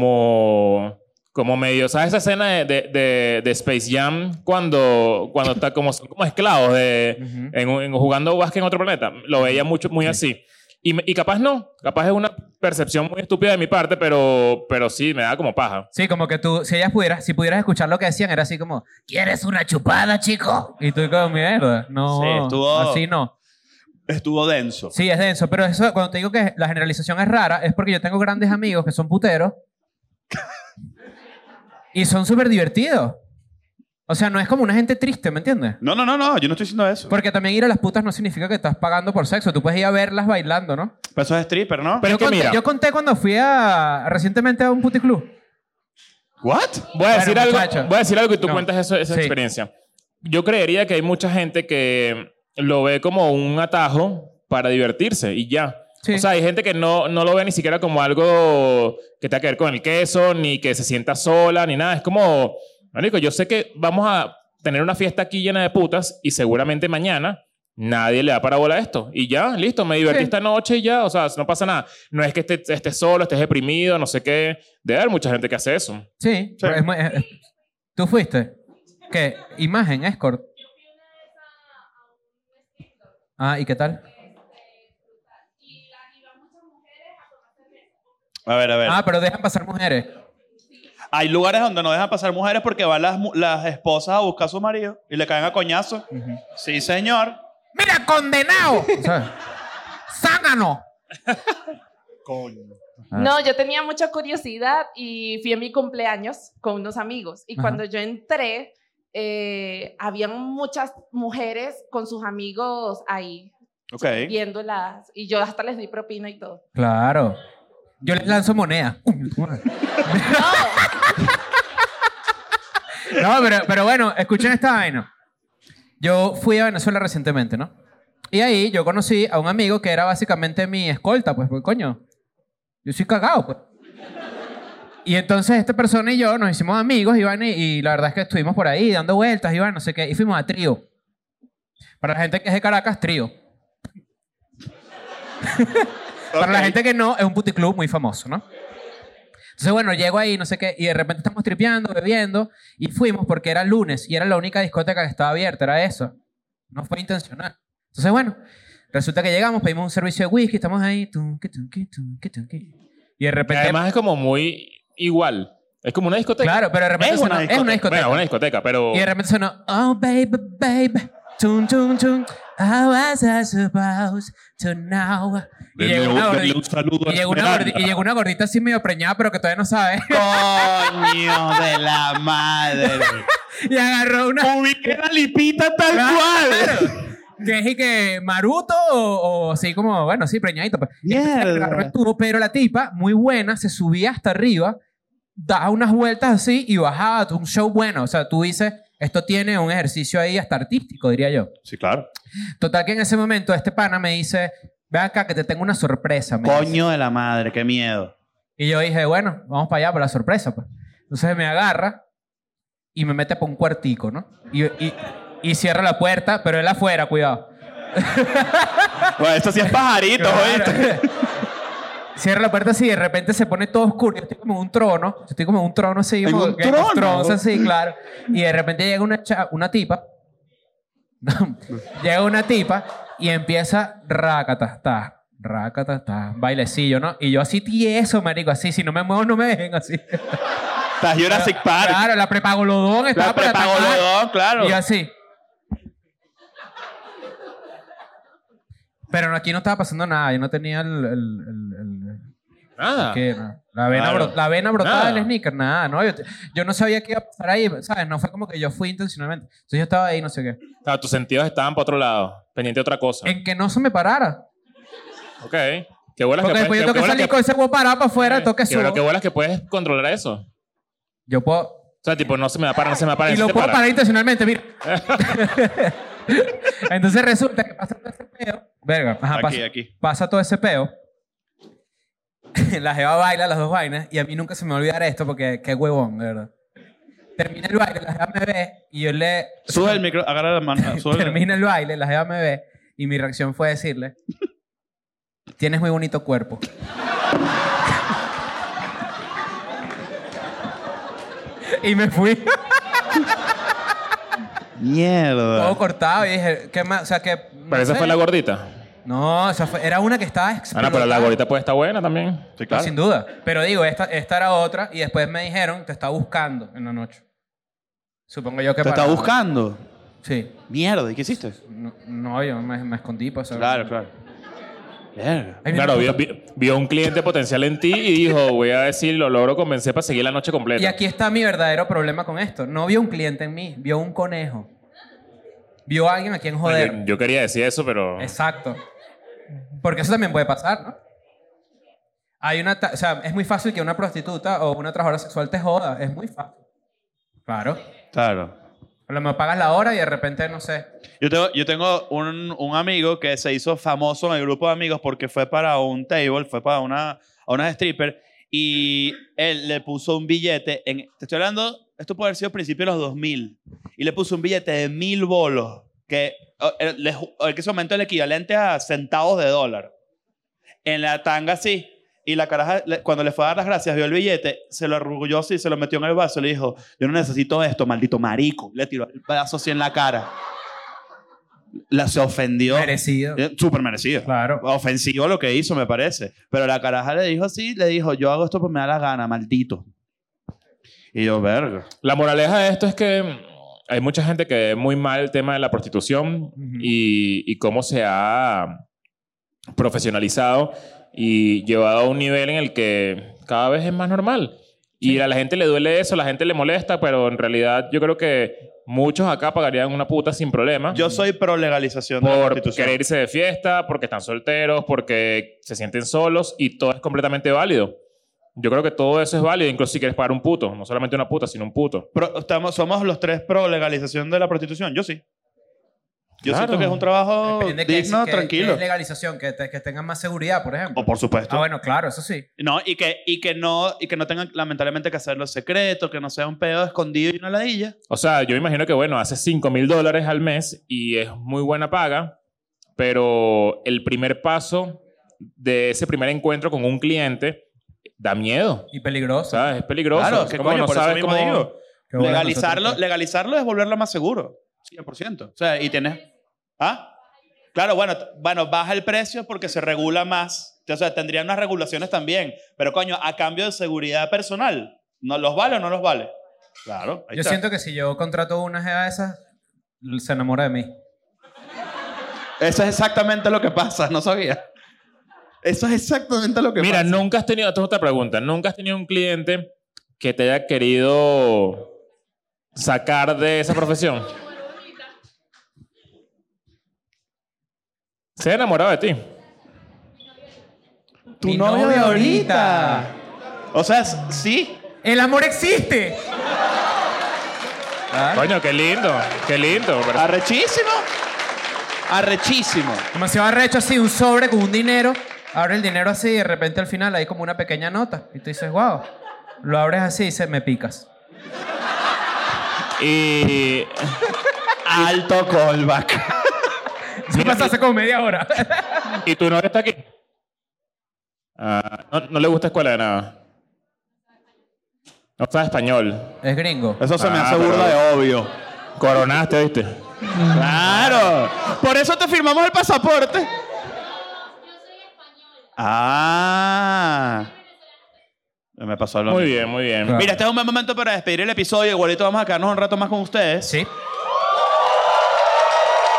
A: como, como medio, ¿sabes esa escena de, de- de- de Space Jam cuando, cuando está como, son como esclavos de,
C: Ujú.
A: en, un- en- jugando básquet en otro planeta? Lo veía mucho, muy así. Y, me- y capaz no, capaz es una percepción muy estúpida de mi parte, pero, pero sí, me da como paja.
C: Sí, como que tú, si ellas pudieras, si pudieras escuchar lo que decían, era así como, ¿quieres una chupada, chico? Y tú como, mierda, no,
B: Sí, estuvo-
C: así no.
B: Estuvo denso.
C: Sí, es denso, pero eso, cuando te digo que la generalización es rara, es porque yo tengo grandes amigos que son puteros y son súper divertidos. O sea, no es como una gente triste, ¿me entiendes?
B: No, no, no, no, yo no estoy diciendo eso.
C: Porque también ir a las putas no significa que estás pagando por sexo. Tú puedes ir a verlas bailando, ¿no?
B: Pero eso es stripper, ¿no?
A: Pero
C: yo,
A: es que
C: conté,
A: mira.
C: yo conté cuando fui a recientemente a un puticlub.
B: ¿What?
A: Voy a,
C: Bueno,
A: decir algo,
C: muchacho.
A: voy a decir algo y tú
C: No.
A: cuentas eso- esa
C: Sí.
A: experiencia. Yo creería que hay mucha gente que lo ve como un atajo para divertirse y ya.
C: Sí.
A: O sea, hay gente que no, no lo ve ni siquiera como algo que tenga que ver con el queso, ni que se sienta sola, ni nada. Es como, marico, yo sé que vamos a tener una fiesta aquí llena de putas y seguramente mañana nadie le da para bola a esto. Y ya, listo, me divertí
C: Sí.
A: esta noche y ya. O sea, no pasa nada. No es que estés estés solo, estés deprimido, no sé qué. Debe haber mucha gente que hace eso.
C: Sí. pero es muy- es- es- ¿Tú fuiste? ¿Qué? ¿Imagen, escort? Ah, ¿y qué tal?
B: A ver, a ver.
C: Ah, pero dejan pasar mujeres.
B: Hay lugares donde no dejan pasar mujeres porque van las, mu- las esposas a buscar a su marido y le caen a coñazo. Sí, señor.
C: ¡Mira, condenado! ¿Sabes? ¡Zángano! Ah.
H: No, yo tenía mucha curiosidad y fui a mi cumpleaños con unos amigos y
C: Ajá.
H: cuando yo entré, eh, habían muchas mujeres con sus amigos ahí
B: Ok.
H: viéndolas y yo hasta les di propina y todo.
C: Claro. Yo les lanzo moneda. No, pero, pero bueno, escuchen esta vaina. Yo fui a Venezuela recientemente, ¿no? Y ahí yo conocí a un amigo que era básicamente mi escolta, pues, porque coño, yo soy cagado, pues. Y entonces esta persona y yo nos hicimos amigos, Iván, y, y la verdad es que estuvimos por ahí dando vueltas, Iván, no sé qué, y fuimos a trío. Para la gente que es de Caracas, trío. Para la gente que no, es un puticlub muy famoso, ¿no? Entonces, bueno, llego ahí, no sé qué, y de repente estamos tripeando, bebiendo, y fuimos porque era lunes y era la única discoteca que estaba abierta, era eso. No fue intencional. Entonces, bueno, resulta que llegamos, pedimos un servicio de whisky, estamos ahí, tunqui, tunqui, tunqui, tunqui. y
A: Que
C: de repente.
A: además es como muy igual. Es como una discoteca.
C: claro, pero de repente
B: es una
C: sonó- es una discoteca.
A: Bueno, una discoteca, pero.
C: Y de repente sonó, oh baby, baby, tun, tun, tun, how was I supposed to know? Y
D: Denle
C: llegó
D: un-
C: una
D: denle un
C: gordita,
D: saludo
C: y
D: a
C: llegó una
D: Esmeralda.
C: gordi- y llegó una gordita así medio preñada, pero que todavía no sabe.
B: Coño de la madre.
C: y agarró una.
B: Ubiqué la lipita tal cual.
C: Que es y que Maruto o, o así como, bueno, sí, preñadito. Pues. Agarró el
B: Mierda.
C: tubo, pero la tipa, muy buena, se subía hasta arriba, daba unas vueltas así y bajaba. Un show bueno. O sea, tú dices, esto tiene un ejercicio ahí hasta artístico, diría yo.
D: Sí, claro.
C: Total que en ese momento este pana me dice, ve acá que te tengo una sorpresa. me dice.
B: Coño de la madre, qué miedo.
C: Y yo dije, bueno, vamos para allá para la sorpresa. Pues. Entonces me agarra y me mete para un cuartico, ¿no? Y, y- y cierra la puerta, pero él afuera, cuidado.
B: Bueno, esto sí es pajarito,
C: Claro.
B: ¿oíste?
C: Cierra la puerta así y de repente se pone todo oscuro. Yo estoy como en un trono. Yo estoy como en un trono así.
B: ¿En
C: como
B: un
C: Game
B: trono?
C: of Thrones, así, claro. Y de repente llega una, cha- una tipa. llega una tipa y empieza racata, ta, racata, ta, bailecillo, ¿no? Y yo así tieso, marico, así. Si no me muevo, no me dejen así.
B: Estás Jurassic Park.
C: Claro, la prepagolodón estaba
B: La
C: para
B: prepago
C: atacar.
B: claro.
C: Y yo así. Pero no, aquí no estaba pasando nada. Yo no tenía el- el- el- el
A: Nada.
C: ¿Qué? No. La vena,
B: Claro.
C: bro- la vena brotada
A: Nada.
C: del sneaker, nada, no. Yo, te- yo no sabía qué iba a pasar ahí, ¿sabes? No fue como que yo fui intencionalmente. Entonces yo estaba ahí, no sé qué.
A: O sea, tus sentidos estaban para otro lado, pendiente de otra cosa.
C: En que no se me parara.
A: Ok. Qué bolas
C: Porque
A: que
C: después
A: puedes-
C: pues yo
A: qué
C: tengo que
A: bolas
C: salir con ese huevo parado para afuera, toque
A: qué bolas- qué
C: subo.
A: bolas que puedes controlar eso. O
C: Yo puedo.
A: sea, tipo, no se me va a parar, no se me va a parar.
C: Y
A: sí
C: lo
A: te
C: puedo
A: para.
C: parar intencionalmente, mira. Entonces resulta que pasa todo ese peo. Verga, ajá, pasa,
B: Aquí, aquí.
C: pasa todo ese peo. la jeva baila las dos vainas y a mí nunca se me va a olvidar esto porque qué huevón, de verdad. Termina el baile, la jeva me ve y yo le...
B: Sube el micro, agarra la mano. sube la-
C: Termina el baile, la jeva me ve y mi reacción fue decirle, tienes muy bonito cuerpo. y me fui.
B: Mierda.
C: todo cortado y dije, ¿qué más? O sea, que... no
A: Pero esa
C: sé.
A: fue la gordita.
C: No, esa fue- era una que estaba
A: Ah, no,
C: explotando.
A: pero la gordita puede estar buena también.
D: Sí,
C: No,
D: claro.
C: Sin duda. Pero digo, esta, esta era otra y después me dijeron, te está buscando en la noche. Supongo yo que
B: Te
C: para-
B: está buscando.
C: Sí.
B: Mierda, ¿y qué hiciste?
C: No, no, yo me, me escondí para saber.
B: Claro, claro. Verga.
C: Ay, mira,
A: Claro, vio,
C: puta.
A: vi- vio un cliente potencial en ti y dijo, voy a decir, lo logro convencer para seguir la noche completa.
C: Y aquí está mi verdadero problema con esto. No vio un cliente en mí, vio un conejo. Vio a alguien a quien
A: No,
C: joder.
A: yo, yo quería decir eso, pero...
C: Exacto. Porque eso también puede pasar, ¿no? Hay una, ta- o sea, es muy fácil que una prostituta o una trabajadora sexual te joda. Es muy fácil. Claro.
B: Claro.
C: A lo mejor pagas la hora y de repente, no sé.
B: Yo tengo, yo tengo un, un amigo que se hizo famoso en el grupo de amigos porque fue para un table, fue para una, a una stripper y él le puso un billete, en, te estoy hablando, esto puede haber sido a principios de los 2000, y le puso un billete de mil bolos, que oh, eh, le ju- en ese momento el equivalente a centavos de dólar. En la tanga así. Y la caraja, le- cuando le fue a dar las gracias, vio el billete, se lo arrugulló así, se lo metió en el vaso, le dijo, yo no necesito esto, maldito marico. Le tiró el pedazo así en la cara. La se ofendió.
C: Merecido.
B: Eh, Súper merecido.
C: Claro.
B: Ofensivo lo que hizo, me parece. Pero la caraja le dijo así, le dijo, yo hago esto porque me da la gana, maldito. Y yo, verga.
A: La moraleja de esto es que mm, hay mucha gente que ve muy mal el tema de la prostitución y, y cómo se ha profesionalizado y llevado a un nivel en el que cada vez es más normal. Y a la gente le duele eso, a la gente le molesta, pero en realidad yo creo que muchos acá pagarían una puta sin problema.
B: Yo soy pro legalización de la
A: por
B: prostitución.
A: querer irse de fiesta, porque están solteros, porque se sienten solos y todo es completamente válido. Yo creo que todo eso es válido, incluso si quieres pagar un puto, no solamente una puta, sino un puto.
B: Pro- estamos, somos los tres pro legalización de la prostitución. Yo sí. Yo
A: Claro.
B: siento que es un trabajo
C: Depende que-
B: digno,
C: que- que
B: Oh, tranquilo.
C: es legalización, que, te- que tengan más seguridad, por ejemplo.
B: o por supuesto.
C: Ah, bueno, claro, eso sí.
B: No, y que, y que no, y que no tengan lamentablemente que hacerlo secreto, que no sea un pedo escondido y una ladilla.
A: O sea, yo me imagino que, bueno, hace 5 mil dólares al mes y es muy buena paga, pero el primer paso de ese primer encuentro con un cliente da miedo.
C: Y peligroso.
A: ¿Sabes? Es peligroso.
B: Claro,
A: Es
B: que
A: como
B: coño,
A: no
B: por eso
A: sabes
B: mismo
A: cómo-
B: digo.
C: Qué bueno,
B: legalizarlo,
C: nosotros-
B: legalizarlo es volverlo más seguro. 100%. O sea, y tienes... ¿Ah? Claro, bueno, t- bueno, baja el precio porque se regula más. O sea, tendrían unas regulaciones también. Pero coño, a cambio de seguridad personal, ¿no los vale o no los vale? Claro. ahí
C: Yo
B: está.
C: siento que si yo contrato una jeva de esas, se enamora de mí.
B: Eso es exactamente lo que pasa, no sabía. Eso es exactamente lo que
A: Mira,
B: pasa.
A: nunca has tenido, esto es otra pregunta, nunca has tenido un cliente que te haya querido sacar de esa profesión. Se ha enamorado de ti.
B: Tu
C: Mi
B: novio de
C: novio
B: ahorita.
C: ahorita.
B: O sea, s- sí.
C: ¡El amor existe! ¿Ah?
A: Coño, qué lindo, qué lindo. pero-
B: Arrechísimo. Arrechísimo.
C: Demasiado arrecho así, un sobre con un dinero. Abre el dinero así y de repente al final hay como una pequeña nota. Y tú dices, wow. Lo abres así y dices, me picas.
A: Y
B: Alto callback.
C: Eso pasa hace como media hora.
A: ¿Y tu novia está aquí? Ah, no, no le gusta escuela de nada. No sabe español.
C: es gringo.
B: Eso se me hace
A: Ah, pero-
B: burda de obvio.
A: Coronaste, ¿viste? Ah,
B: Claro. Por eso te firmamos el pasaporte. Ah. Me pasó lo
A: Muy
B: mismo.
A: bien, muy bien.
C: Claro.
B: Mira, este es un buen momento para despedir el episodio. Igualito vamos a quedarnos un rato más con ustedes.
C: Sí.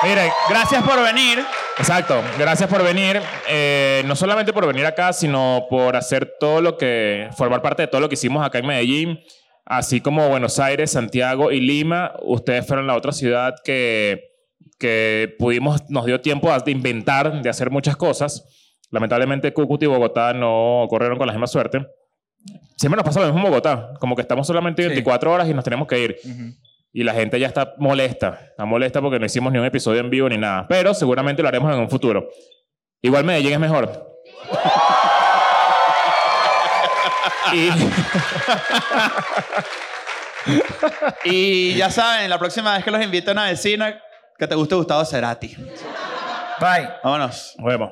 A: Miren,
B: Gracias por venir.
A: exacto. Gracias por venir. Eh, no solamente por venir acá, sino por hacer todo lo que. formar parte de todo lo que hicimos acá en Medellín. Así como Buenos Aires, Santiago y Lima. Ustedes fueron la otra ciudad que, que pudimos, nos dio tiempo a- de inventar, de hacer muchas cosas. Lamentablemente, Cúcuta y Bogotá no corrieron con la misma suerte. Siempre nos pasa lo mismo en Bogotá, como que estamos solamente
C: Sí.
A: 24 horas y nos tenemos que ir.
C: Ujú.
A: Y la gente ya está molesta. Está molesta porque no hicimos ni un episodio en vivo ni nada. Pero seguramente lo haremos en un futuro. Igual Medellín es mejor. y,
B: Y ya saben, la próxima vez que los invito a una vecina, que te guste Gustavo Cerati.
C: Bye.
B: Vámonos.
A: nos vemos.